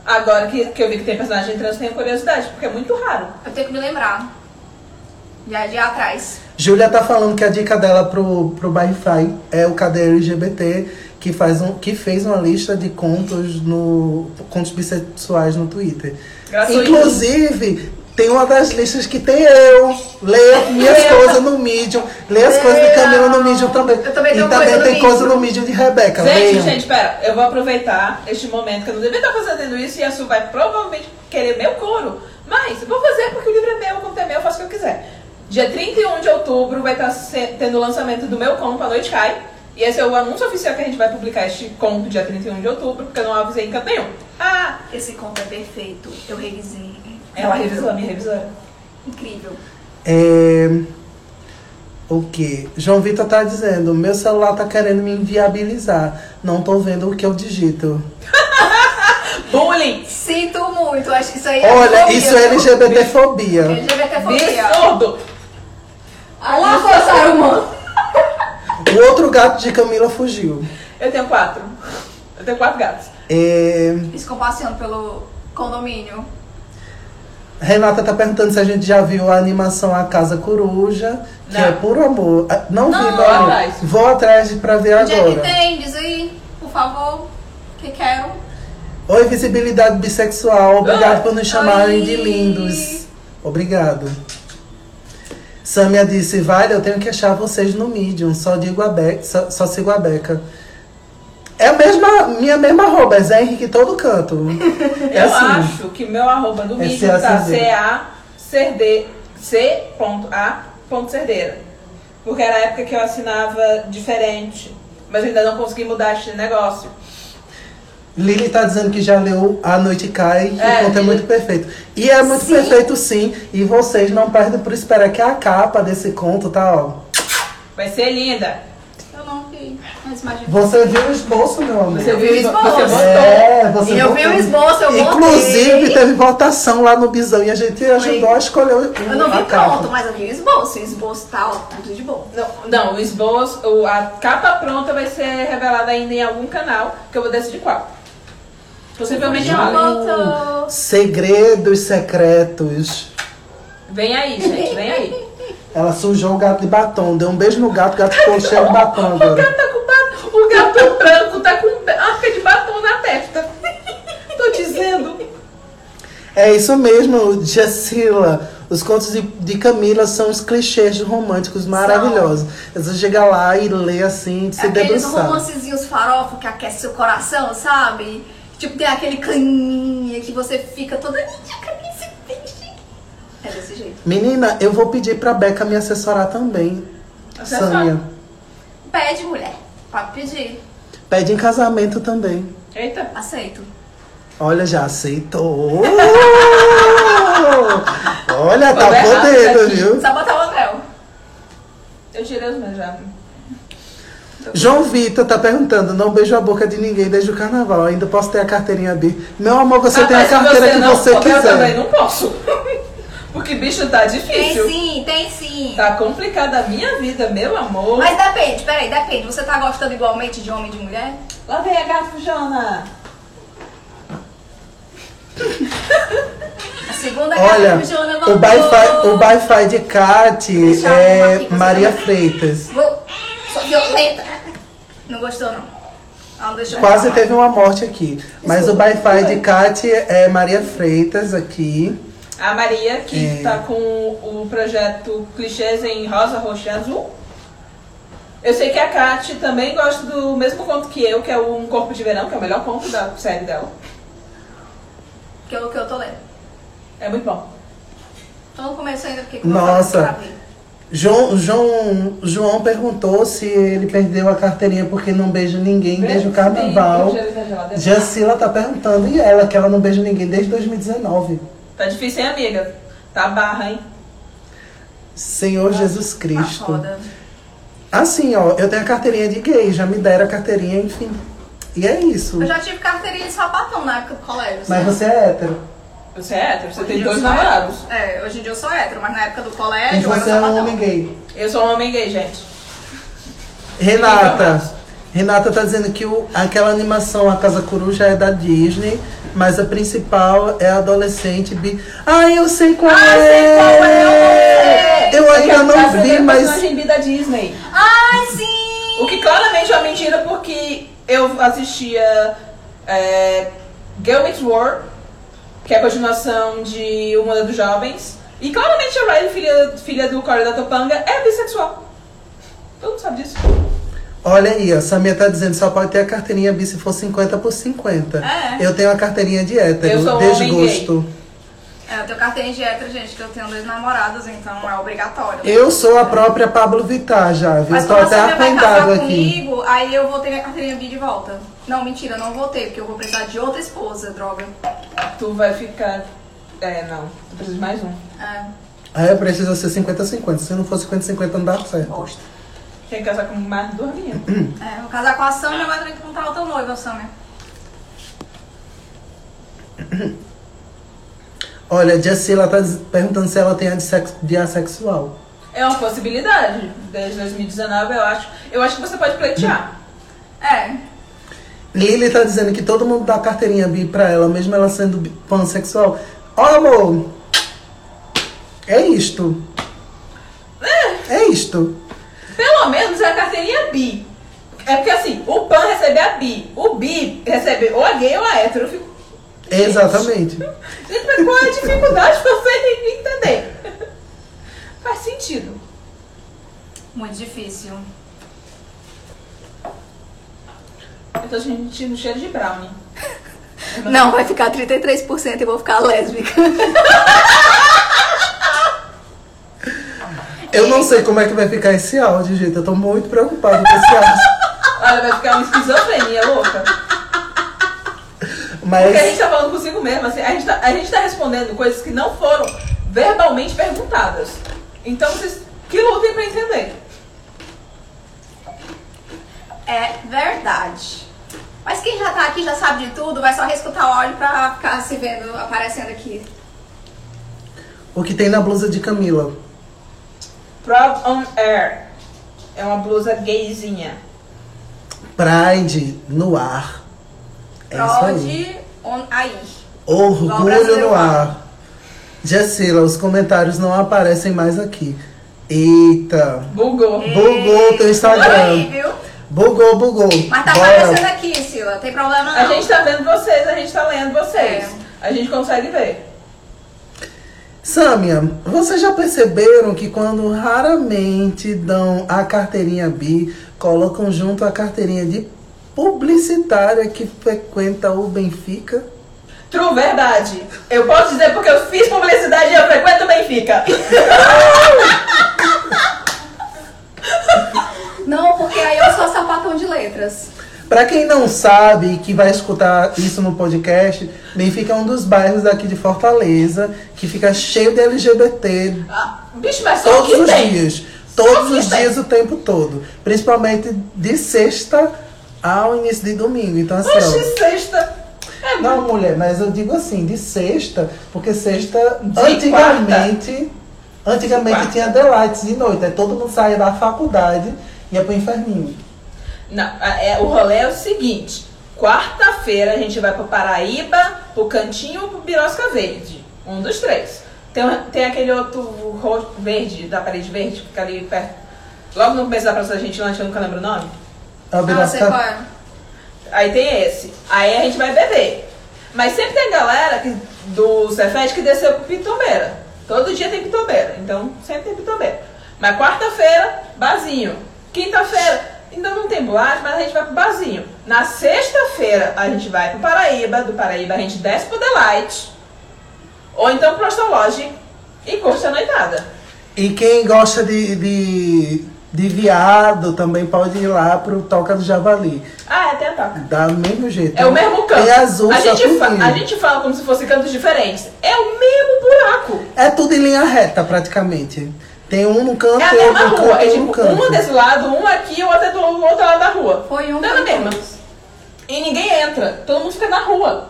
Speaker 1: Agora que, que eu vi que tem personagem trans, tenho curiosidade, porque é muito raro.
Speaker 3: Eu tenho que me lembrar. Já de atrás.
Speaker 2: Júlia tá falando que a dica dela pro, pro Wi-Fi é o Cadê LGBT, que, faz um, que fez uma lista de contos no. contos bissexuais no Twitter.
Speaker 1: Gratuito.
Speaker 2: Inclusive, tem uma das listas que tem eu, lê minhas
Speaker 1: Eu.
Speaker 2: coisas no Medium, lê as coisas de Camila no Medium também.
Speaker 3: Eu também tenho
Speaker 2: e também
Speaker 3: coisa no
Speaker 2: tem
Speaker 3: Medium.
Speaker 2: coisa no Medium de Rebeca.
Speaker 1: Gente,
Speaker 2: leiam.
Speaker 1: gente, pera, eu vou aproveitar este momento que eu não devia estar fazendo isso e a Su vai provavelmente querer meu couro. Mas eu vou fazer porque o livro é meu, o conto é meu, eu faço o que eu quiser. Dia 31 de outubro vai estar se- tendo o lançamento do meu conto, A Noite Cai. E esse é o anúncio oficial que a gente vai publicar este conto dia 31 de outubro, porque eu não avisei em canto nenhum. Ah,
Speaker 3: Esse conto é perfeito. Eu revisei.
Speaker 1: ela revisou a minha revisora.
Speaker 3: Incrível.
Speaker 2: É... O que? João Vitor tá dizendo, meu celular tá querendo me inviabilizar. Não tô vendo o que eu digito.
Speaker 1: Bullying!
Speaker 3: Sinto muito. Acho que isso aí é
Speaker 2: Olha,
Speaker 3: fobia,
Speaker 2: isso é
Speaker 3: viu?
Speaker 2: LGBTfobia.
Speaker 3: LGBTfobia.
Speaker 1: Absurdo!
Speaker 3: Olá, força humana.
Speaker 2: O outro gato de Camila fugiu.
Speaker 1: Eu tenho quatro. Eu tenho quatro gatos.
Speaker 2: É...
Speaker 3: Eles ficam passeando pelo condomínio.
Speaker 2: Renata tá perguntando se a gente já viu a animação A Casa Coruja, que
Speaker 1: Não.
Speaker 2: é puro amor. Ah, Não,
Speaker 3: Não,
Speaker 2: vi,
Speaker 3: vou
Speaker 2: meu amor.
Speaker 1: atrás.
Speaker 2: Vou atrás de- pra ver
Speaker 3: Onde é que
Speaker 2: agora.
Speaker 3: tem? Diz aí, por favor. Que quero.
Speaker 2: Oi, visibilidade bissexual. Obrigado por nos chamarem
Speaker 3: Oi.
Speaker 2: de lindos. Obrigado. Samia disse, vale, eu tenho que achar vocês no Medium. Só digo a Beca, só, só sigo a Beca. É a mesma, minha mesma arroba, é Zé Henrique em todo canto. É
Speaker 1: eu
Speaker 2: assim.
Speaker 1: acho que meu arroba do
Speaker 2: É
Speaker 1: mídia
Speaker 2: C.A.
Speaker 1: tá
Speaker 2: Cerdeira.
Speaker 1: C.A.C.D. C.A.Cerdeira. Porque era a época que eu assinava diferente. Mas eu ainda não consegui mudar este negócio.
Speaker 2: Lili tá dizendo que já leu A Noite Cai,
Speaker 1: É,
Speaker 2: o conto é
Speaker 1: Lili.
Speaker 2: muito perfeito. E é muito
Speaker 3: Sim.
Speaker 2: perfeito sim, e vocês não perdem por esperar que a capa desse conto tá, ó.
Speaker 1: Vai ser linda.
Speaker 3: Eu não vi. Mas imagina.
Speaker 2: Você viu o esboço, meu amor.
Speaker 1: Você
Speaker 3: vi o
Speaker 1: viu?
Speaker 3: esboço.
Speaker 1: Você botou.
Speaker 2: É, você
Speaker 3: eu
Speaker 2: botou.
Speaker 3: vi o esboço, eu
Speaker 2: Inclusive,
Speaker 3: botei.
Speaker 2: teve votação lá no Bizão e a gente ajudou a escolher o
Speaker 3: Eu não
Speaker 2: a
Speaker 3: vi
Speaker 2: capa.
Speaker 3: pronto, mas eu vi o esboço. O esboço tá ó, tudo de bom.
Speaker 1: Não, não, o esboço, o- a capa pronta vai ser revelada ainda em algum canal, que eu vou decidir qual. Possivelmente é
Speaker 3: Já
Speaker 1: lá.
Speaker 3: voltou.
Speaker 2: Segredos secretos.
Speaker 1: Vem aí, gente, vem aí.
Speaker 2: Ela sujou o gato de batom, deu um beijo no gato, o gato ficou cheio de batom
Speaker 1: O gato
Speaker 2: agora.
Speaker 1: tá com batom. O gato branco tá com arca de batom na testa. Tô dizendo.
Speaker 2: É isso mesmo, Jacila. Os contos de, de Camila são os clichês românticos maravilhosos. Você chega lá e lê assim, se
Speaker 3: Aqueles
Speaker 2: debruçar.
Speaker 3: romancezinhos farofa que aquece seu coração, sabe? Tipo, tem aquele caninha que você fica toda "Ih, a caninha se peixe. É desse jeito.
Speaker 2: Menina, eu vou pedir pra Beca me assessorar também.
Speaker 1: Assessora.
Speaker 2: Sânia.
Speaker 3: Pede, mulher. Pode pedir.
Speaker 2: Pede em casamento também.
Speaker 1: Eita.
Speaker 3: Aceito.
Speaker 2: Olha, já aceitou. Olha, tá
Speaker 1: Vou errar isso
Speaker 2: podendo,
Speaker 1: aqui.
Speaker 2: viu?
Speaker 3: Só botar o anel.
Speaker 1: Eu tirei os meus já.
Speaker 2: João Vitor tá perguntando, não beijo a boca de ninguém desde o carnaval, ainda posso ter a carteirinha B. Meu amor, você tem a
Speaker 1: Rapaz, Ah, se
Speaker 2: carteira que
Speaker 1: não
Speaker 2: você
Speaker 1: puder, Eu também
Speaker 2: quiser.
Speaker 1: não posso. Porque bicho tá
Speaker 3: Tem
Speaker 1: difícil.
Speaker 3: sim, tem sim.
Speaker 1: Tá complicada a minha vida, meu amor.
Speaker 3: Mas depende, peraí, depende. Você tá gostando igualmente de homem e de mulher?
Speaker 1: Lá vem a gafujona.
Speaker 3: A segunda
Speaker 2: Olha,
Speaker 3: que a Joana
Speaker 2: o
Speaker 3: voltou.
Speaker 2: Wi-Fi, o Wi-Fi de Kate
Speaker 3: Deixa eu arrumar aqui,
Speaker 2: é
Speaker 3: que você
Speaker 2: Maria
Speaker 3: vai-
Speaker 2: Freitas.
Speaker 3: Vou- só- violenta. Não gostou, não. Ela não deixou
Speaker 2: Quase
Speaker 3: reclamar.
Speaker 2: teve uma morte aqui. Mas o Wi-Fi de Kate é Maria Freitas aqui.
Speaker 1: A Maria, que
Speaker 2: É.
Speaker 1: tá com o projeto Clichês em Rosa, Roxa e Azul. Eu sei que a Kate também gosta do mesmo conto que eu, que é o Um Corpo de Verão, que é o melhor conto da série dela.
Speaker 3: Que eu, que eu tô lendo.
Speaker 1: É muito bom.
Speaker 3: Tô no começo ainda, porque
Speaker 2: Nossa.
Speaker 3: eu tava-
Speaker 2: João, João, João perguntou se ele perdeu a carteirinha porque não beija ninguém desde o carnaval.
Speaker 1: Beijo, beijo, beijo.
Speaker 2: Jacila tá perguntando, e ela, que ela não beija ninguém desde 2019.
Speaker 1: Tá difícil, hein, amiga? Tá barra, hein?
Speaker 3: Ah,
Speaker 2: Senhor Jesus
Speaker 3: Uma
Speaker 2: Cristo.
Speaker 3: roda.
Speaker 2: Assim, ó, eu tenho a carteirinha de gay, já me deram a carteirinha, enfim. E é isso.
Speaker 3: Eu já tive carteirinha de sapatão na época do colégio.
Speaker 2: Mas
Speaker 3: assim.
Speaker 2: você é hétero.
Speaker 1: Você é hétero, você
Speaker 3: Hoje em
Speaker 1: tem
Speaker 3: dia eu
Speaker 1: dois
Speaker 3: sou
Speaker 1: namorados.
Speaker 3: hétero. É, hoje em dia eu sou hétero, mas na época do
Speaker 2: e
Speaker 3: colégio eu era
Speaker 2: você é um
Speaker 3: sapatão.
Speaker 2: homem gay.
Speaker 1: Eu sou um homem gay, gente.
Speaker 2: Renata. Renata tá dizendo que o- aquela animação A Casa Coruja é da Disney, mas a principal é adolescente bi. Ai, eu sei qual
Speaker 1: Ah,
Speaker 2: é!
Speaker 1: sei.
Speaker 2: eu ainda
Speaker 1: É a
Speaker 2: não vi,
Speaker 1: primeira
Speaker 2: mas.
Speaker 1: Tá personagem bi da Disney.
Speaker 3: Ai, sim!
Speaker 1: O que claramente é uma mentira, porque eu assistia é, Girl Meets War, que é a continuação de O Mundo dos Jovens, e claramente a Riley, filha, filha do Corey da Topanga, é bissexual. Todo mundo sabe disso.
Speaker 2: Olha aí, ó, Samia tá dizendo só pode ter a carteirinha bi se for 50 por 50.
Speaker 3: É.
Speaker 2: Eu tenho a carteirinha de hétero,
Speaker 1: Eu sou um homem
Speaker 2: desgosto.
Speaker 3: É, eu tenho carteirinha de hétero, gente, que eu tenho dois namorados, então é obrigatório.
Speaker 2: Eu sou a própria Pablo Vittar já, viu?
Speaker 3: Mas
Speaker 2: Tô
Speaker 3: quando
Speaker 2: até
Speaker 3: você vai
Speaker 2: arrependado
Speaker 3: casar
Speaker 2: aqui.
Speaker 3: comigo, aí eu vou ter minha carteirinha B de volta. Não, mentira, eu não voltei, porque eu vou precisar de outra esposa, droga.
Speaker 1: Tu vai ficar. É, não. Tu precisa de mais um.
Speaker 3: É,
Speaker 2: Aí eu preciso ser 50-50. Se não for 50-50, não dá certo.
Speaker 3: bosta.
Speaker 1: Tem que casar com mais duas meninas.
Speaker 3: É, vou casar com a Sâmia, agora tem que encontrar outra noiva, Sâmia.
Speaker 2: Olha, Jacila tá diz- perguntando se ela tem a de, sexo, de assexual.
Speaker 1: É uma possibilidade. Desde 2019, eu acho. Eu acho que você pode pleitear.
Speaker 3: É,
Speaker 2: Lily tá dizendo que todo mundo dá carteirinha bi pra ela, mesmo ela sendo bi- pansexual. Ó, amor! É isto. É isto.
Speaker 1: Pelo menos é a carteirinha bi. É porque assim, o PAN recebe a bi, o bi recebe ou a gay ou a hétero. Eu fico,
Speaker 2: Exatamente.
Speaker 1: gente, mas qual é a dificuldade pra você entender? Faz sentido.
Speaker 3: muito difícil.
Speaker 1: Eu tô sentindo cheiro de brownie.
Speaker 3: Não, vai ficar 33% e vou ficar lésbica.
Speaker 2: Eu não sei como é que vai ficar esse áudio, gente. Eu tô muito preocupado com esse áudio.
Speaker 1: Olha, vai ficar uma esquizofrenia louca. Porque a
Speaker 2: Mas.
Speaker 1: gente tá falando consigo mesmo, assim, a gente tá, a gente tá respondendo coisas que não foram verbalmente perguntadas. Então vocês que lutem pra entender.
Speaker 3: É verdade. Mas quem já tá aqui já sabe de tudo, vai só reescutar o áudio pra ficar se vendo, aparecendo aqui.
Speaker 2: O que tem na blusa de Camila?
Speaker 1: Proud on Air. É uma blusa gayzinha.
Speaker 2: Pride no ar. É isso aí.
Speaker 3: Prod on aí. Igual né? o
Speaker 2: Orgulho
Speaker 3: brasileiro
Speaker 2: no ar. Jacila, os comentários não aparecem mais aqui. Eita.
Speaker 1: Bugou.
Speaker 2: Bugou o teu Instagram.
Speaker 3: Aí, viu?
Speaker 2: Bugou, bugou.
Speaker 3: Mas tá aparecendo aqui, Sila. Tem problema não.
Speaker 1: A gente tá vendo vocês, a gente tá lendo vocês. A gente consegue ver.
Speaker 2: Samia, vocês já perceberam que quando raramente dão a carteirinha bi, colocam junto a carteirinha de publicitária que frequenta o Benfica?
Speaker 1: True, verdade. Eu posso dizer porque eu fiz publicidade e eu frequento o Benfica.
Speaker 3: Não, porque aí eu sou sapatão de letras.
Speaker 2: Pra quem não sabe e que vai escutar isso no podcast, Benfica é um dos bairros daqui de Fortaleza que fica cheio de LGBT
Speaker 1: Ah, bicho, mas só o
Speaker 2: todos
Speaker 1: que
Speaker 2: os
Speaker 1: tem.
Speaker 2: dias. Todos
Speaker 1: que
Speaker 2: os
Speaker 1: tem.
Speaker 2: dias, o tempo todo. Principalmente de sexta ao início de domingo. Então, assim, ó,
Speaker 1: Hoje, sexta. É
Speaker 2: Não, mulher, mas eu digo assim, de sexta, porque sexta,
Speaker 1: De
Speaker 2: antigamente, antigamente
Speaker 1: quarta.
Speaker 2: tinha delights de noite. Aí todo mundo saía da faculdade e ia pro inferninho.
Speaker 1: Não, a- é, o rolê é o seguinte: quarta-feira a gente vai pro Paraíba, pro Cantinho ou pro Birosca Verde. Um dos três. Tem, tem aquele outro ro- verde, da parede verde, que fica ali perto. Logo no começo da Praça da Gentilândia, eu nunca lembro o nome.
Speaker 3: Ah, sei qual
Speaker 2: Abinatar.
Speaker 3: é.
Speaker 1: Aí tem esse. Aí a gente vai beber. Mas sempre tem galera que, do Cefete que desceu pro Pitombeira. Todo dia tem Pitombeira. Então sempre tem Pitombeira. Mas quarta-feira, barzinho. Quinta-feira, ainda não tem boate, mas a gente vai pro barzinho. Na sexta-feira, a gente vai pro Paraíba. Do Paraíba, a gente desce pro Delight. Ou então pro Astrologe. E curte a noitada.
Speaker 2: E quem gosta de, de, de viado também pode ir lá pro Toca do Javali.
Speaker 1: Ah, é até a toca.
Speaker 2: Dá do mesmo jeito.
Speaker 1: É o mesmo canto.
Speaker 2: É azul,
Speaker 1: a,
Speaker 2: só
Speaker 1: gente fa-
Speaker 2: tudinho.
Speaker 1: a gente fala como se fossem cantos diferentes. É o mesmo buraco.
Speaker 2: É tudo em linha reta, praticamente. Tem um no canto,
Speaker 1: É a
Speaker 2: e
Speaker 1: mesma
Speaker 2: outro no
Speaker 1: rua.
Speaker 2: canto,
Speaker 1: É
Speaker 2: e um
Speaker 1: tipo,
Speaker 2: no canto.
Speaker 1: uma desse lado, uma aqui, outra do do outro lado da rua.
Speaker 3: Foi um.
Speaker 1: Não é
Speaker 3: foi
Speaker 1: a mesma.
Speaker 3: dois.
Speaker 1: E ninguém entra. Todo mundo fica na rua.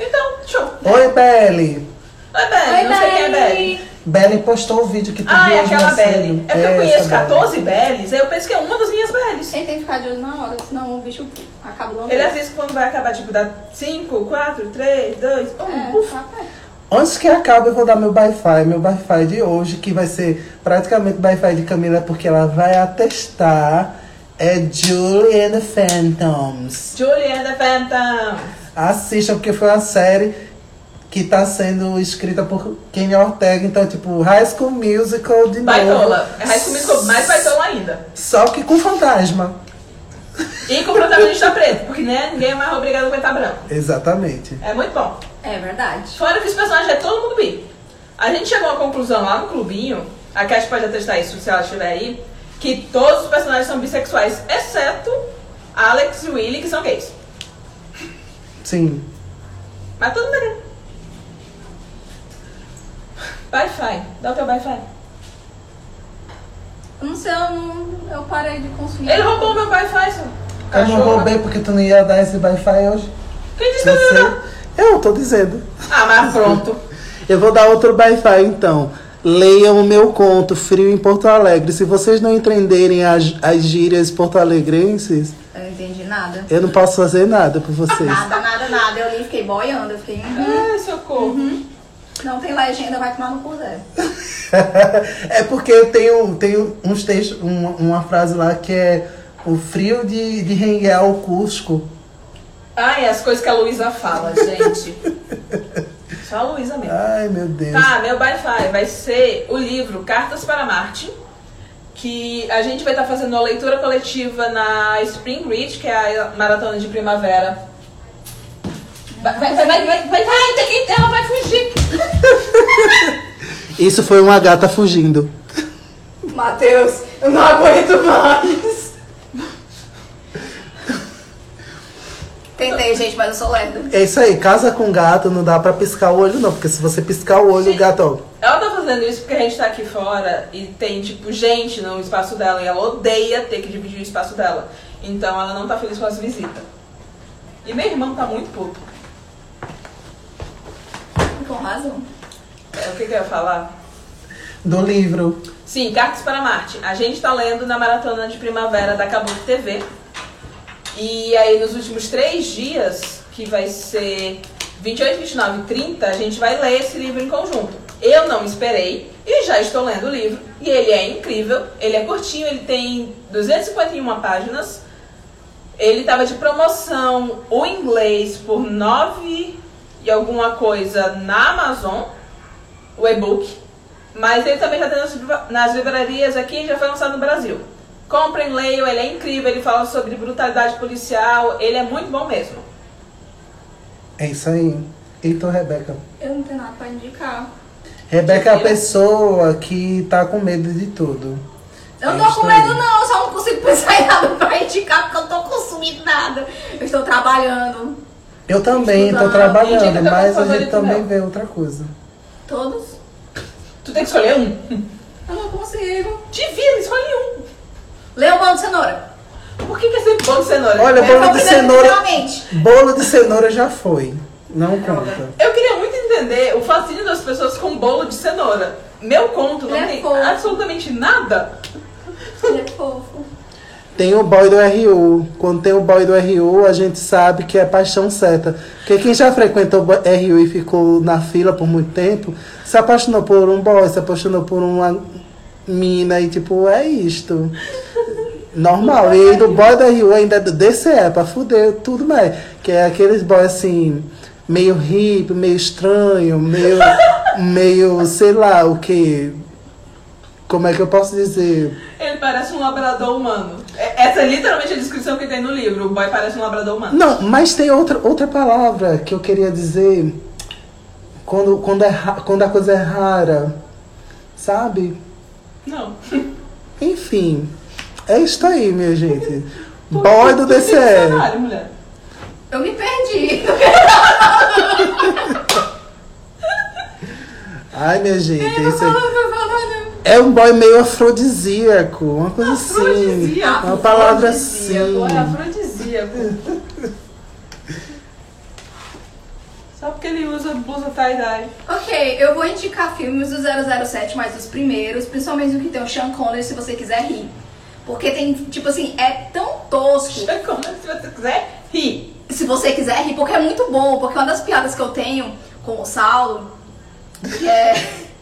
Speaker 1: Então, show.
Speaker 2: Oi, Belly.
Speaker 1: Oi, Belly.
Speaker 3: Oi,
Speaker 1: não sei quem é Belly.
Speaker 3: Belly.
Speaker 2: Belly postou o vídeo que tu
Speaker 1: Ah,
Speaker 2: viu
Speaker 1: é
Speaker 2: hoje
Speaker 1: aquela
Speaker 2: mais cedo.
Speaker 1: Belly. É porque eu
Speaker 2: Essa
Speaker 1: conheço
Speaker 2: Belly.
Speaker 1: 14 Bellys, aí eu penso que é uma das minhas Bellys.
Speaker 3: Ele tem que ficar de olho na hora, senão o bicho acaba logo.
Speaker 1: Ele é avisa quando vai acabar, tipo, dá 5, 4, 3, 2, 1,
Speaker 3: É,
Speaker 1: puf.
Speaker 3: tá perto.
Speaker 2: Antes que acabe, eu vou dar meu Wi-Fi. Meu Wi-Fi de hoje, que vai ser praticamente Wi-Fi de Camila, porque ela vai atestar. É Julie and the Phantoms.
Speaker 1: Julie and the Phantom.
Speaker 2: Assistam, porque foi uma série que tá sendo escrita por Kenny Ortega. Então, tipo, High School Musical de
Speaker 1: Baitola.
Speaker 2: novo.
Speaker 1: É High School Musical mais baitola ainda.
Speaker 2: Só que com fantasma.
Speaker 1: E com o protagonista preto, porque né, ninguém é mais obrigado a aguentar branco.
Speaker 2: Exatamente.
Speaker 1: É muito bom.
Speaker 3: É verdade.
Speaker 1: Fora que os personagens é todo mundo bi. A gente chegou a uma conclusão lá no clubinho, a Cat pode atestar isso se ela estiver aí, que todos os personagens são bissexuais, exceto Alex e Willy, que são gays.
Speaker 2: Sim.
Speaker 1: Mas todo mundo é gay. Wi-Fi, dá o teu Wi-Fi.
Speaker 3: Eu não sei, eu, não, eu parei de consumir.
Speaker 1: Ele roubou o meu Wi-Fi, seu
Speaker 2: Eu não
Speaker 1: cachorro.
Speaker 2: roubei porque tu não ia dar esse Wi-Fi hoje.
Speaker 1: Quem disse que eu não ia dar?
Speaker 2: Você... Eu tô dizendo.
Speaker 1: Ah, mas pronto.
Speaker 2: Eu vou dar outro Wi-Fi então. Leiam o meu conto, Frio em Porto Alegre. Se vocês não entenderem as, as gírias porto-alegrenses,
Speaker 3: Eu não entendi nada.
Speaker 2: eu não posso fazer nada por vocês.
Speaker 3: Nada, nada, nada. Eu li e fiquei boiando. Eu fiquei. "Hum,
Speaker 1: Ai, É, socorro.
Speaker 2: Uhum.
Speaker 3: Não tem legenda, vai tomar no cu Zé.
Speaker 2: é porque eu tenho, tenho uns textos, uma, uma frase lá que é o frio de, de renguear o Cusco.
Speaker 1: Ai, as coisas que a Luísa fala, gente. Só a Luísa mesmo.
Speaker 2: Ai, meu Deus.
Speaker 1: Tá, meu Wi-Fi vai ser o livro Cartas para Marte, que a gente vai estar fazendo a leitura coletiva na Spring Ridge, que é a maratona de primavera. Vai, vai, vai, vai, vai, vai, vai, tem que ela vai fugir.
Speaker 2: Isso foi uma gata fugindo.
Speaker 3: Matheus, eu não aguento mais. Tentei, gente, mas eu sou lerda.
Speaker 2: É isso aí, casa com gato não dá pra piscar o olho não, porque se você piscar o olho, o gato, ó,
Speaker 1: Ela tá fazendo isso porque a gente tá aqui fora e tem, tipo, gente no espaço dela e ela odeia ter que dividir o espaço dela. Então ela não tá feliz com as visitas. E meu irmão tá muito puto.
Speaker 3: Com razão.
Speaker 1: É, O que que eu ia falar?
Speaker 2: do livro.
Speaker 1: Sim, Cartas para Marte. A gente está lendo na maratona de primavera da Cabo TV. E aí, nos últimos três dias, que vai ser 28, 29 e 30, a gente vai ler esse livro em conjunto. Eu não esperei e já estou lendo o livro. E ele é incrível, ele é curtinho, ele tem 251 páginas. Ele estava de promoção o inglês por 9 e alguma coisa na Amazon, o e-book. Mas ele também já tem nas livra- nas livrarias aqui e já foi lançado no Brasil. Comprem, leiam, ele é incrível, ele fala sobre brutalidade policial, ele é muito bom mesmo.
Speaker 2: É isso aí. Então, Rebeca.
Speaker 3: Eu não tenho nada pra indicar.
Speaker 2: Rebeca é a
Speaker 1: Entendeu?
Speaker 2: pessoa que tá com medo de tudo.
Speaker 3: Eu
Speaker 2: É
Speaker 3: não tô
Speaker 2: isso
Speaker 3: com
Speaker 2: aí.
Speaker 3: medo, não. Eu só não consigo pensar em nada pra indicar porque eu não tô consumindo nada. Eu estou trabalhando.
Speaker 2: Eu também tô
Speaker 3: Estudar,
Speaker 1: indica
Speaker 2: trabalhando,
Speaker 1: teu
Speaker 2: mas a
Speaker 1: favorito
Speaker 2: gente também
Speaker 1: meu.
Speaker 2: vê outra coisa.
Speaker 3: Todos?
Speaker 1: Tu tem que escolher um?
Speaker 3: Eu não consigo.
Speaker 1: Te vira, escolhe um.
Speaker 3: Lê o Bando de Cenoura.
Speaker 1: Por que, que é sempre bom de cenoura?
Speaker 2: Olha,
Speaker 3: Foi
Speaker 2: bolo
Speaker 3: o
Speaker 2: de
Speaker 3: primeiro,
Speaker 2: cenoura.
Speaker 3: literalmente.
Speaker 2: Bolo de cenoura já foi. Não conta.
Speaker 1: Eu queria muito entender o fascínio das pessoas com bolo de cenoura. Meu conto não
Speaker 3: É
Speaker 1: tem
Speaker 3: fofo.
Speaker 1: absolutamente nada.
Speaker 3: Ele é fofo.
Speaker 2: Tem o boy do RU. Quando tem o boy do RU, a gente sabe que é paixão certa. Porque quem já frequentou o bo- RU e ficou na fila por muito tempo, se apaixonou por um boy, se apaixonou por uma, mina e tipo, é isto. Normal. E do boy da Rio ainda é do DCE, pra fuder tudo mais. Que é aqueles boy assim, meio hippie, meio estranho, meio. meio, sei lá, o que. Como é que eu posso dizer?
Speaker 1: Ele parece um labrador humano. É- Essa é literalmente a descrição que tem no livro. O boy parece um labrador humano.
Speaker 2: Não, mas tem outra, outra palavra que eu queria dizer quando, quando, é, ra- quando a coisa é rara, sabe?
Speaker 1: Não.
Speaker 2: Enfim, é isso aí, minha gente. Boy do DCE.
Speaker 1: Dicionário, é mulher.
Speaker 3: Eu me perdi.
Speaker 2: Ai, minha gente,
Speaker 3: Eu
Speaker 2: esse é,
Speaker 3: falando, falando.
Speaker 2: é um boy meio afrodisíaco, uma coisa assim.
Speaker 1: Afrodisíaco.
Speaker 2: Uma palavra assim.
Speaker 1: Afrodisíaco, É afrodisíaco. Só porque ele usa blusa tie-dye.
Speaker 3: Ok, eu vou indicar filmes do 007, mas os primeiros, principalmente o que tem o Sean Connery, se você quiser rir. Porque tem, tipo assim, é tão tosco.
Speaker 1: É Como se você quiser rir.
Speaker 3: Se você quiser rir, porque é muito bom, porque uma das piadas que eu tenho com o Saulo que é,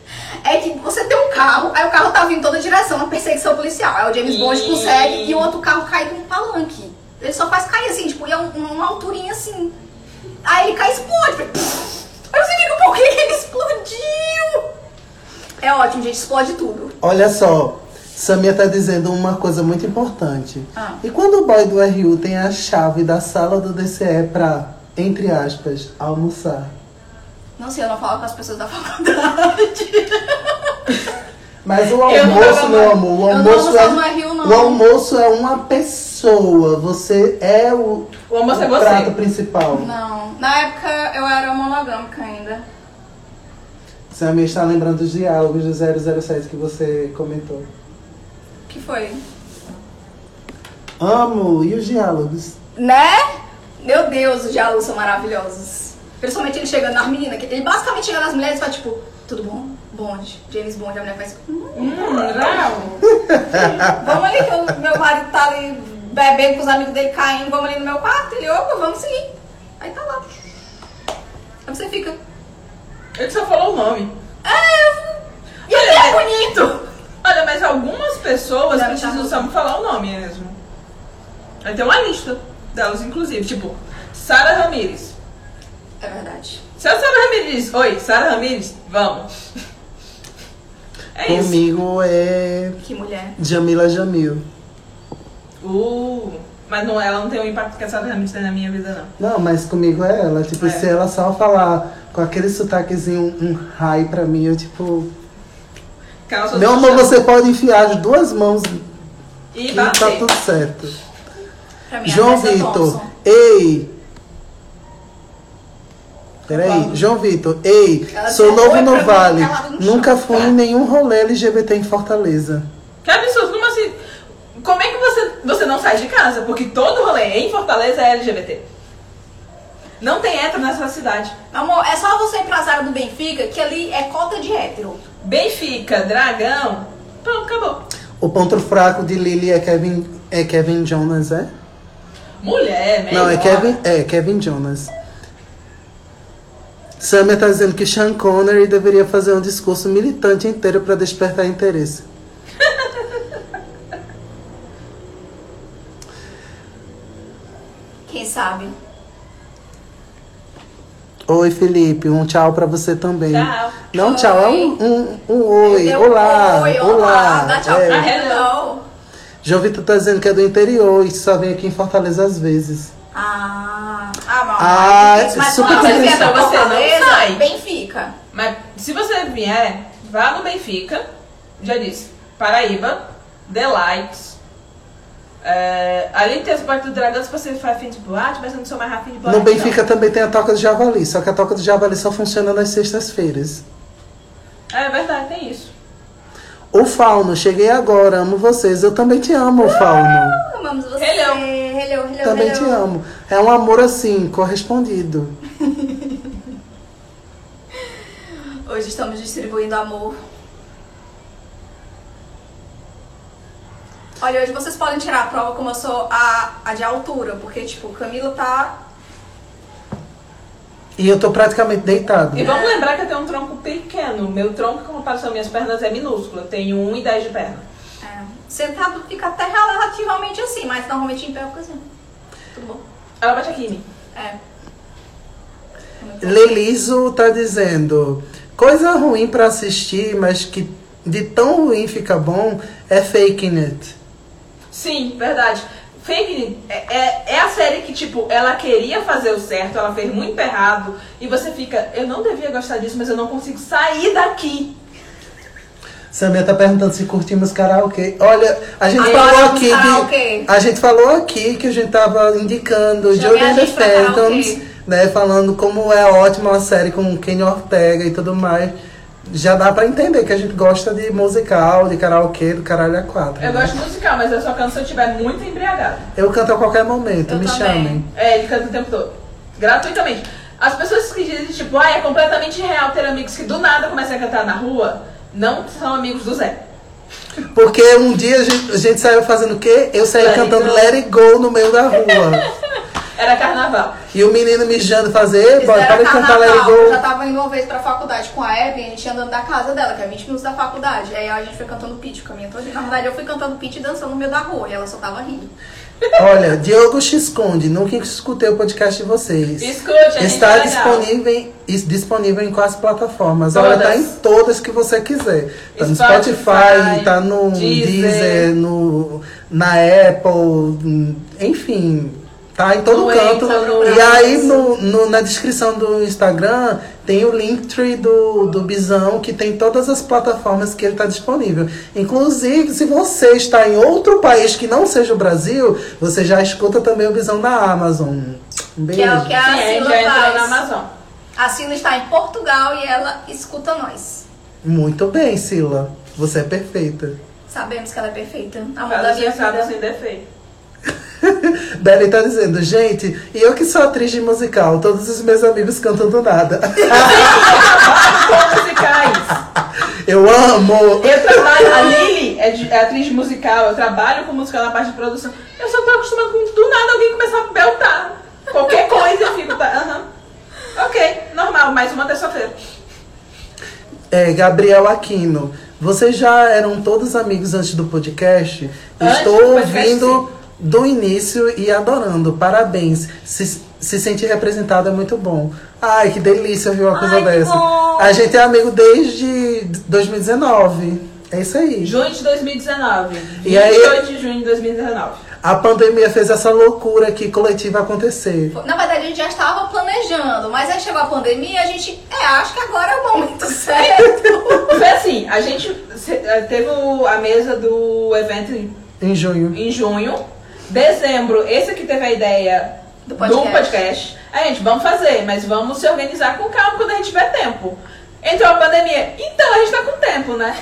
Speaker 3: é que você tem um carro, aí o carro tá vindo em toda direção, uma perseguição policial. Aí o James Bond
Speaker 1: Ih.
Speaker 3: consegue e o outro carro cai de um palanque. Ele só faz cair assim, tipo, e é um- uma alturinha assim. Aí ele cai e explode. Aí você fica, por que ele explodiu? É ótimo, gente, explode tudo.
Speaker 2: Olha só, Samia tá dizendo uma coisa muito importante.
Speaker 3: Ah.
Speaker 2: E quando o boy do RU tem a chave da sala do DCE pra, entre aspas, almoçar?
Speaker 3: Não sei, eu não falo com as pessoas da faculdade.
Speaker 2: Mas o
Speaker 1: Eu não
Speaker 2: almoço,
Speaker 1: tava
Speaker 2: meu
Speaker 1: mais-
Speaker 2: amor, o
Speaker 3: eu não
Speaker 2: almoço é.
Speaker 3: almoçava no RU, não.
Speaker 2: O almoço é uma pessoa. Você é o,
Speaker 1: O almoço é
Speaker 2: o
Speaker 1: você.
Speaker 2: prato principal.
Speaker 3: Não, na época eu era monogâmica ainda.
Speaker 2: Samia está lembrando dos diálogos do 007 que você comentou.
Speaker 3: Que foi?
Speaker 2: Amo! E os diálogos?
Speaker 3: Né? Meu Deus, os diálogos são maravilhosos. Principalmente ele chegando nas meninas. que Ele basicamente chega nas mulheres e fala tipo, tudo bom? Bond. James Bond, a mulher faz. "Hum,
Speaker 1: Hum, não.
Speaker 3: vamos ali, que o meu marido tá ali bebendo com os amigos dele caindo, vamos ali no meu quarto. Ele, opa, vamos seguir. Aí tá lá. Aí você fica. "É,
Speaker 1: Ele só falou o nome.
Speaker 3: E ele é bonito! é
Speaker 1: Olha, mas algumas pessoas
Speaker 3: Deve
Speaker 1: precisam
Speaker 3: estar
Speaker 1: só falar o nome mesmo. Aí tem uma lista delas, inclusive. Tipo, Sara Ramirez.
Speaker 3: É verdade.
Speaker 1: Se a Sara Ramirez diz, oi, Sara Ramirez, vamos. É isso.
Speaker 2: Comigo é
Speaker 3: Que mulher.
Speaker 2: Jamila Jamil.
Speaker 1: Uh, mas não, ela não tem o impacto que a Sara Ramirez tem na minha vida, não.
Speaker 2: Não, mas comigo é ela. Tipo,
Speaker 1: É.
Speaker 2: se ela só falar com aquele sotaquezinho, um hi pra mim, eu tipo.
Speaker 1: Calça
Speaker 2: Meu amor, você pode enfiar as duas mãos
Speaker 1: E
Speaker 2: e tá
Speaker 1: bater.
Speaker 2: tudo certo.
Speaker 3: Pra mim, é a
Speaker 2: João
Speaker 3: Tessa
Speaker 2: Vitor,
Speaker 3: Thompson.
Speaker 2: ei! Peraí,
Speaker 1: Vamos.
Speaker 2: João Vitor, ei,
Speaker 3: Ela
Speaker 2: sou
Speaker 3: já foi
Speaker 2: novo
Speaker 3: pra
Speaker 2: no
Speaker 3: mim,
Speaker 2: Vale.
Speaker 3: ela não
Speaker 2: Nunca
Speaker 3: chama.
Speaker 2: fui em nenhum rolê LGBT em Fortaleza.
Speaker 1: Que absurdo, como assim? Como é que você, você não sai de casa? Porque todo rolê em Fortaleza é LGBT. Não tem hétero nessa cidade.
Speaker 3: Amor, é só você ir pra áreas do Benfica, que ali é cota de hétero.
Speaker 1: Benfica, Dragão, pronto, acabou.
Speaker 2: O ponto fraco de Lily é Kevin, é Kevin Jonas, é?
Speaker 1: Mulher, melhor.
Speaker 2: Não, é Kevin, é Kevin Jonas. Samia tá dizendo que Sean Connery deveria fazer um discurso militante inteiro pra despertar interesse.
Speaker 3: Quem sabe?
Speaker 2: Oi, Felipe, um tchau pra você também.
Speaker 1: Tchau.
Speaker 2: Não, tchau, é um, um, um oi,
Speaker 3: Deu um
Speaker 2: olá,
Speaker 3: oi,
Speaker 2: olá.
Speaker 3: Dá tchau
Speaker 2: é.
Speaker 3: pra
Speaker 1: Ah, hello.
Speaker 3: hello.
Speaker 2: João Vitor tá dizendo que é do interior e só vem aqui em Fortaleza às vezes.
Speaker 3: Ah, ah, mal.
Speaker 2: Ah,
Speaker 3: mas
Speaker 2: super
Speaker 3: quando você
Speaker 2: triste.
Speaker 3: vier pra
Speaker 1: Você não sai.
Speaker 3: Fortaleza, Benfica.
Speaker 1: Mas se você vier, vá no Benfica, já disse, Paraíba, The Lights. É, ali tem as partes do Dragão, se você for afim de boate, mas eu não sou mais afim de boate.
Speaker 2: No
Speaker 3: então.
Speaker 1: não.
Speaker 2: Benfica também tem a Toca do Javali, só que a Toca do Javali só funciona nas sextas-feiras.
Speaker 1: É verdade, tem isso.
Speaker 2: O Fauno, cheguei agora, amo vocês. Eu também te amo, Fauno.
Speaker 3: Amamos você.
Speaker 1: Hello.
Speaker 3: Hello, hello,
Speaker 2: Também
Speaker 3: hello.
Speaker 2: te amo. É um amor assim, correspondido.
Speaker 3: Hoje estamos distribuindo amor. Olha, hoje vocês podem tirar a prova como eu sou a, a de altura, porque, tipo, Camila tá...
Speaker 2: E eu tô praticamente deitado.
Speaker 1: E vamos lembrar que eu tenho um tronco pequeno. Meu tronco, com comparação às minhas pernas, é minúsculo. Eu tenho 1 e 10 de perna.
Speaker 3: É, sentado fica até relativamente assim, mas normalmente em pé fica assim. Tudo bom?
Speaker 1: Ela bate aqui em mim.
Speaker 3: É.
Speaker 2: Leliso tá dizendo: coisa ruim pra assistir, mas que de tão ruim fica bom é Faking It.
Speaker 1: Sim, verdade. Fake é, é, é a série que, tipo, ela queria fazer o certo, ela fez muito errado, e você fica, eu não devia gostar disso, mas eu não consigo sair daqui.
Speaker 2: Samia tá perguntando se curtimos karaokê. Olha, a gente
Speaker 3: Ai,
Speaker 2: falou
Speaker 3: eu amo
Speaker 2: aqui. de-
Speaker 3: karaokê.
Speaker 2: a gente falou aqui que a gente tava indicando
Speaker 3: Chamei
Speaker 2: Jordan
Speaker 3: a gente pra
Speaker 2: Phantoms,
Speaker 3: karaokê.
Speaker 2: né? Falando como é ótima a série com Kenny Ortega e tudo mais. Já dá pra entender que a gente gosta de musical, de karaokê, do caralho a quatro.
Speaker 1: Eu
Speaker 2: né?
Speaker 1: gosto de musical, mas eu só canto se eu estiver muito embriagada.
Speaker 2: Eu canto a qualquer momento,
Speaker 3: Eu
Speaker 2: me
Speaker 3: também.
Speaker 2: chamem.
Speaker 1: É, ele canta o tempo todo. Gratuitamente. As pessoas que dizem, tipo, ah, é completamente real ter amigos que do nada começam a cantar na rua, não são amigos do Zé.
Speaker 2: Porque um dia a gente, a gente saiu fazendo o quê? Eu saí
Speaker 1: Let it
Speaker 2: cantando
Speaker 1: go.
Speaker 2: Let It Go no meio da rua.
Speaker 1: Era carnaval.
Speaker 2: e o menino mijando fazer, bora para de cantar Let It
Speaker 3: carnaval, eu já
Speaker 2: Go.
Speaker 3: tava indo uma vez pra faculdade com a Abby, a gente ia andando da casa dela, que é 20 minutos da faculdade. Aí a gente foi cantando pitch o caminho todo. Na verdade, eu fui cantando pitch e dançando no meio da rua, e ela só tava rindo.
Speaker 2: Olha, Diogo Xconde, nunca escutei o podcast de vocês.
Speaker 1: Escute, a gente
Speaker 2: Está
Speaker 1: é legal.
Speaker 2: disponível, em- is- disponível em quais plataformas?
Speaker 1: Todas.
Speaker 2: Olha, tá em todas que você quiser. Tá no
Speaker 1: Spotify,
Speaker 2: Spotify, tá no
Speaker 1: Deezer.
Speaker 2: Deezer, no, na Apple, hum, enfim. Tá em
Speaker 1: No
Speaker 2: todo canto.
Speaker 1: Insta, no
Speaker 2: e aí
Speaker 1: Brasil.
Speaker 2: no, no- na descrição do Instagram tem o Linktree do, do Bizão, que tem todas as plataformas que ele está disponível. Inclusive, se você está em outro país que não seja o Brasil, você já escuta também o Bizão da Amazon. Um beijo.
Speaker 3: Que é o que a
Speaker 1: Sim, a gente
Speaker 3: Sila
Speaker 1: já entrou na
Speaker 3: faz.
Speaker 1: Amazon.
Speaker 3: A Sila está em Portugal e ela escuta nós.
Speaker 2: Muito bem, Sila. Você é perfeita.
Speaker 3: Sabemos que ela é perfeita. Amor da
Speaker 1: Cada
Speaker 3: minha
Speaker 1: sensato
Speaker 3: vida. né?
Speaker 1: sem defeito.
Speaker 2: Belly tá dizendo, gente, e eu que sou atriz de musical, todos os meus amigos cantam do nada.
Speaker 1: São musicais.
Speaker 2: Eu amo!
Speaker 1: Eu trabalho, a Lili é, de- é atriz de musical, eu trabalho com música na parte de produção. Eu só tô acostumada com do nada alguém começar a beltar. Qualquer coisa eu fico, tá? Aham. Ok, normal, mais uma terça-feira.
Speaker 2: É, Gabriel Aquino, vocês já eram todos amigos antes do podcast?
Speaker 1: Antes
Speaker 2: Estou
Speaker 1: do podcast,
Speaker 2: ouvindo do início e adorando. Parabéns. Se, se sentir representado é muito bom. Ai, que delícia viu uma coisa
Speaker 3: Ai, que
Speaker 2: dessa.
Speaker 3: bom.
Speaker 2: A gente é amigo desde 2019. É isso aí.
Speaker 1: Junho de 2019.
Speaker 2: E aí?
Speaker 1: 28 de junho de 2019.
Speaker 2: A pandemia fez essa loucura aqui coletiva acontecer.
Speaker 3: Na verdade, a gente já estava planejando, mas aí chegou a pandemia e a gente, é, acho que agora é o momento certo.
Speaker 1: Foi assim, a gente se- eh, teve o- a mesa do evento em-
Speaker 2: Em junho.
Speaker 1: em junho. Dezembro, esse aqui teve a ideia
Speaker 3: Do podcast.
Speaker 1: podcast. Aí, gente, vamos fazer, mas vamos se organizar com calma quando a gente tiver tempo. Entrou a pandemia. Então a gente tá com tempo, né?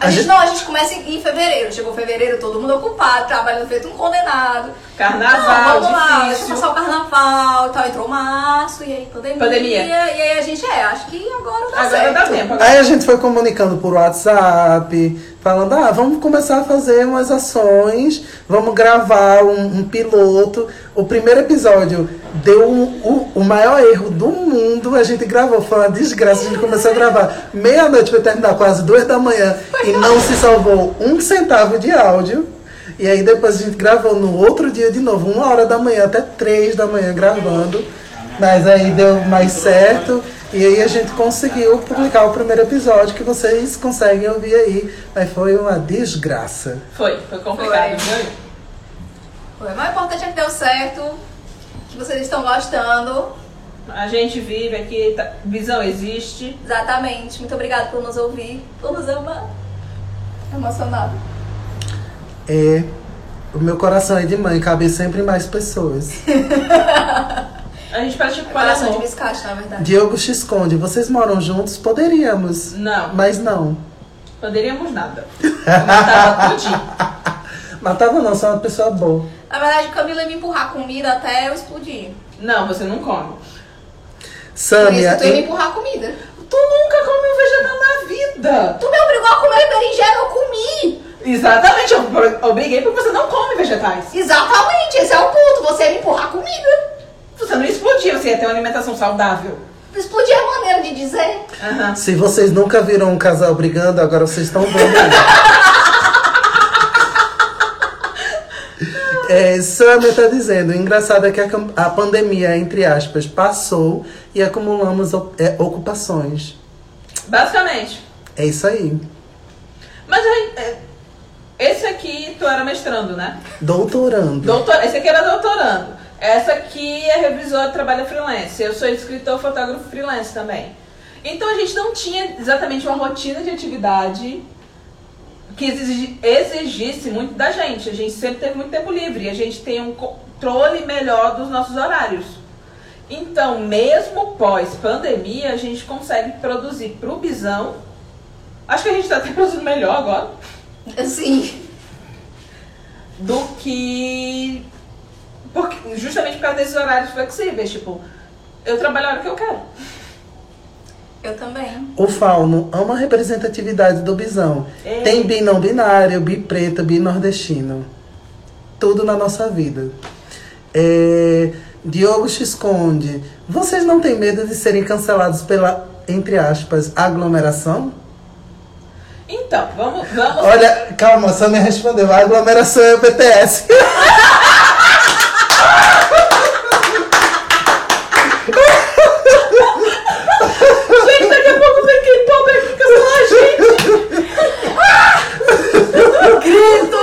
Speaker 3: A gente, não, a gente começa em, em fevereiro. Chegou fevereiro, todo mundo ocupado, trabalhando feito um condenado.
Speaker 1: Carnaval,
Speaker 3: não, vamos lá, deixa eu
Speaker 1: difícil.
Speaker 3: passar o carnaval e tal. Entrou março, e aí pandemia.
Speaker 1: Pandemia.
Speaker 3: E aí a gente, é, acho que agora dá
Speaker 1: Agora
Speaker 3: certo.
Speaker 1: dá tempo. Agora.
Speaker 2: Aí a gente foi comunicando por WhatsApp, falando, ah, vamos começar a fazer umas ações, vamos gravar um, um piloto. O primeiro episódio deu um- o, o maior erro do mundo, a gente gravou, foi uma desgraça, a gente começou a gravar meia-noite pra terminar, quase duas da manhã, e não se salvou um centavo de áudio. E aí depois a gente gravou no outro dia de novo, uma hora da manhã até três da manhã gravando. Mas aí deu mais certo e aí a gente conseguiu publicar o primeiro episódio que vocês conseguem ouvir aí. Mas foi uma desgraça.
Speaker 1: Foi, foi complicado.
Speaker 3: Foi.
Speaker 1: viu?
Speaker 3: Foi, mas o importante é que deu certo, que vocês estão gostando.
Speaker 1: A gente vive aqui, tá- visão existe.
Speaker 3: Exatamente. Muito obrigada por nos ouvir, por nos amar. Emocionado.
Speaker 2: É, o meu coração é de mãe, cabe sempre em mais pessoas.
Speaker 1: A gente pratica é o
Speaker 3: Coração de
Speaker 1: amor.
Speaker 3: biscate, na verdade.
Speaker 2: Diogo Xconde, vocês moram juntos? Poderíamos.
Speaker 1: Não.
Speaker 2: Mas não.
Speaker 1: Poderíamos nada. Matava tudinho.
Speaker 2: Matava não, sou uma pessoa boa.
Speaker 3: Na verdade, Camila ia me empurrar comida até eu explodir.
Speaker 1: Não, você não come.
Speaker 3: Por isso
Speaker 2: Sâmia,
Speaker 3: que tu ia me
Speaker 2: em-
Speaker 3: empurrar comida.
Speaker 1: Tu nunca comeu vegetal na vida!
Speaker 3: Tu me obrigou a comer berinjela, eu comi!
Speaker 1: Exatamente, eu pro- obriguei porque você não come vegetais.
Speaker 3: Exatamente, esse é o ponto. Você ia me empurrar comida.
Speaker 1: Você Você não ia explodir, você ia ter uma alimentação saudável.
Speaker 3: Explodir a maneira de dizer.
Speaker 1: Aham.
Speaker 2: Se vocês nunca viram um casal brigando, agora vocês estão vendo. É, Samia tá dizendo, o engraçado é que a, cam- a pandemia, entre aspas, passou e acumulamos o- é, ocupações.
Speaker 1: Basicamente.
Speaker 2: É isso aí.
Speaker 1: Mas aí, é, esse aqui tu era mestrando, né?
Speaker 2: Doutorando.
Speaker 1: Doutor, esse aqui era doutorando. Essa aqui é revisora, trabalha freelance. Eu sou escritor, fotógrafo freelance também. Então a gente não tinha exatamente uma rotina de atividade que exigi- exigisse muito da gente. A gente sempre teve muito tempo livre. A gente tem um controle melhor dos nossos horários. Então, mesmo pós-pandemia, a gente consegue produzir pro Bizão. Acho que a gente está até produzindo melhor agora
Speaker 3: Assim.
Speaker 1: do que. Porque, justamente por causa desses horários flexíveis. Tipo, eu trabalho a hora que eu quero.
Speaker 3: Eu também.
Speaker 2: O Fauno ama a representatividade do bisão.
Speaker 1: Ei.
Speaker 2: Tem bi não binário, bi preto, bi nordestino. Tudo na nossa vida. É, Diogo se esconde. Vocês não têm medo de serem cancelados pela, entre aspas, aglomeração?
Speaker 1: Então, vamos. vamos
Speaker 2: Olha, calma, só me respondeu. A aglomeração é o BTS.
Speaker 1: Gente, daqui a pouco vem aquele pobre aqui cancelar a gente.
Speaker 3: Grito!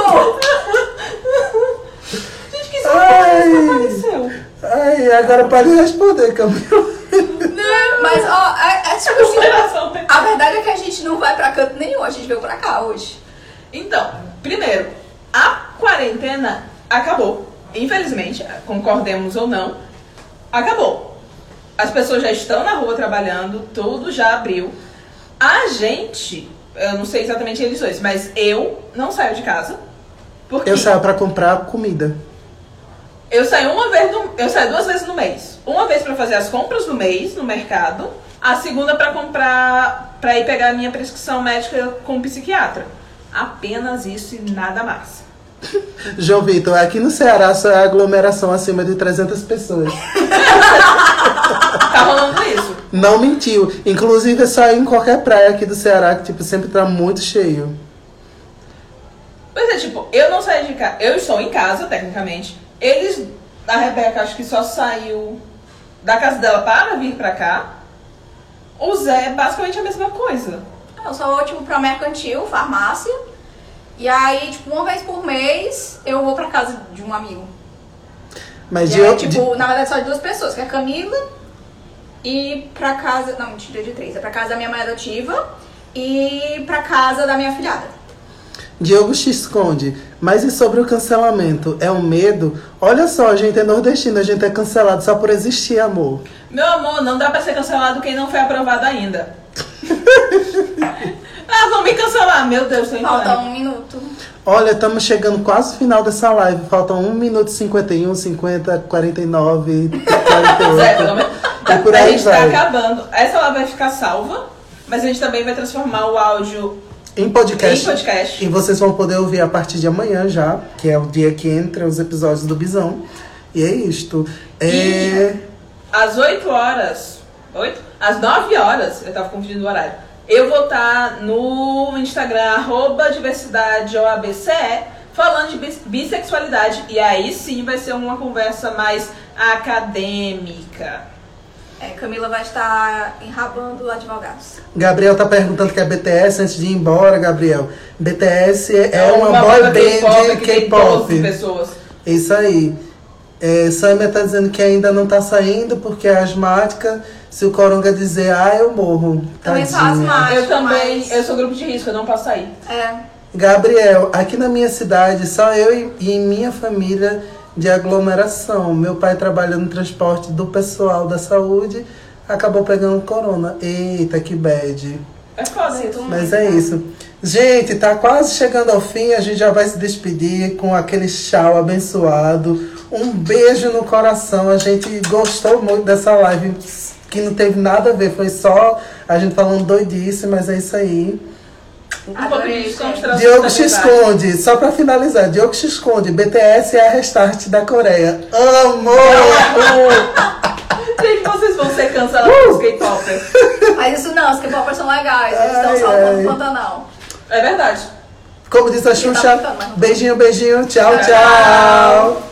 Speaker 1: Gente, que
Speaker 2: Ai,
Speaker 1: aconteceu.
Speaker 2: ai, agora pode responder, Camila.
Speaker 3: Não, mas ó, é, é tipo assim.
Speaker 1: Aglomeração.
Speaker 3: A verdade é que a gente não vai pra canto nenhum, a gente veio pra cá hoje.
Speaker 1: Então, primeiro, a quarentena acabou. Infelizmente, concordemos ou não, acabou. As pessoas já estão na rua trabalhando, tudo já abriu. A gente, eu não sei exatamente eles dois, mas eu não saio de casa. Porque
Speaker 2: Eu saio pra comprar comida.
Speaker 1: eu saio uma vez no- eu saio duas vezes no mês. Uma vez pra fazer as compras do mês no mercado, a segunda pra comprar para ir pegar a minha prescrição médica com o psiquiatra. Apenas isso e nada mais.
Speaker 2: João Vitor, aqui no Ceará só é aglomeração acima de 300 pessoas.
Speaker 1: Tá rolando isso.
Speaker 2: Não mentiu. Inclusive, é só ir em qualquer praia aqui do Ceará, que tipo, sempre tá muito cheio.
Speaker 1: Pois é, tipo, eu não saí de casa. Eu estou em casa, tecnicamente. Eles. A Rebeca acho que só saiu da casa dela para vir pra cá. O Zé é basicamente a mesma coisa.
Speaker 3: Eu sou, tipo, pra mercantil, farmácia. E aí, tipo, uma vez por mês eu vou pra casa de um amigo.
Speaker 2: Mas É
Speaker 3: E
Speaker 2: de,
Speaker 3: aí,
Speaker 2: de-
Speaker 3: tipo, na verdade só de duas pessoas, que é a Camila e pra casa. Não, mentira, de três. É pra casa da minha mãe adotiva e pra casa da minha filhada.
Speaker 2: Diogo se esconde. Mas e sobre o cancelamento? É um medo? Olha só, a gente é nordestino, a gente é cancelado só por existir, amor.
Speaker 1: Meu amor, não dá pra ser cancelado quem não foi aprovado ainda. ah, vão me cancelar. Meu Deus, tô em
Speaker 3: Falta
Speaker 1: pânico.
Speaker 3: um minuto.
Speaker 2: Olha, estamos chegando quase ao final dessa live. Faltam 1 minuto e 51, 50, 49,
Speaker 1: Zé, pelo
Speaker 2: 48.
Speaker 1: menos.
Speaker 2: E um. É por
Speaker 1: a
Speaker 2: aí
Speaker 1: gente
Speaker 2: vai.
Speaker 1: tá acabando. Essa ela vai ficar salva, mas a gente também vai transformar o áudio
Speaker 2: em podcast.
Speaker 1: em podcast.
Speaker 2: E vocês vão poder ouvir a partir de amanhã já, que é o dia que entra os episódios do Bisão. E é isto. É...
Speaker 1: Às 8 horas. 8? Às 9 horas, eu tava confundindo o horário. Eu vou estar no Instagram, arroba diversidade OABCE, falando de bis- bissexualidade. E aí sim vai ser uma conversa mais acadêmica.
Speaker 3: É, Camila vai estar enrabando advogados.
Speaker 2: Gabriel tá perguntando que é BTS antes de ir embora, Gabriel. BTS é, é uma, boy
Speaker 1: banda
Speaker 2: band
Speaker 1: que tem 12
Speaker 2: K-pop.
Speaker 1: pessoas.
Speaker 2: Isso aí. É, Samia tá dizendo que ainda não tá saindo porque é asmática. Se o Coronga dizer, ah, eu morro.
Speaker 3: Também sou
Speaker 2: Tadinha.
Speaker 3: asmática.
Speaker 1: Ah, eu também,
Speaker 3: mas-
Speaker 1: eu sou grupo de risco, eu não posso sair.
Speaker 3: É.
Speaker 2: Gabriel, aqui na minha cidade, só eu e, e minha família de aglomeração. Meu pai trabalha no transporte do pessoal da saúde, acabou pegando corona. Eita, que bad.
Speaker 1: É foda
Speaker 3: Sinto muito.
Speaker 2: Mas é isso. Gente, tá quase chegando ao fim, a gente já vai se despedir com aquele tchau abençoado. Um beijo no coração. A gente gostou muito dessa live que não teve nada a ver, foi só a gente falando doidice, mas é isso aí.
Speaker 1: Um pouco
Speaker 3: Adorei,
Speaker 1: de descontração
Speaker 2: Diogo
Speaker 1: da
Speaker 2: se
Speaker 1: verdade.
Speaker 2: esconde, só pra finalizar, Diogo se esconde, BTS é a restart da Coreia. Amor!
Speaker 1: que vocês vão ser cancelados
Speaker 2: Uh!
Speaker 1: os K-popers.
Speaker 3: Mas isso não, os K-popers são legais, eles estão
Speaker 2: Ai,
Speaker 3: salvando
Speaker 2: ai.
Speaker 3: o Pantanal.
Speaker 1: É verdade.
Speaker 2: Como disse a
Speaker 3: Tá
Speaker 2: Xuxa,
Speaker 3: ficando, mas não.
Speaker 2: beijinho, beijinho, tchau, tchau.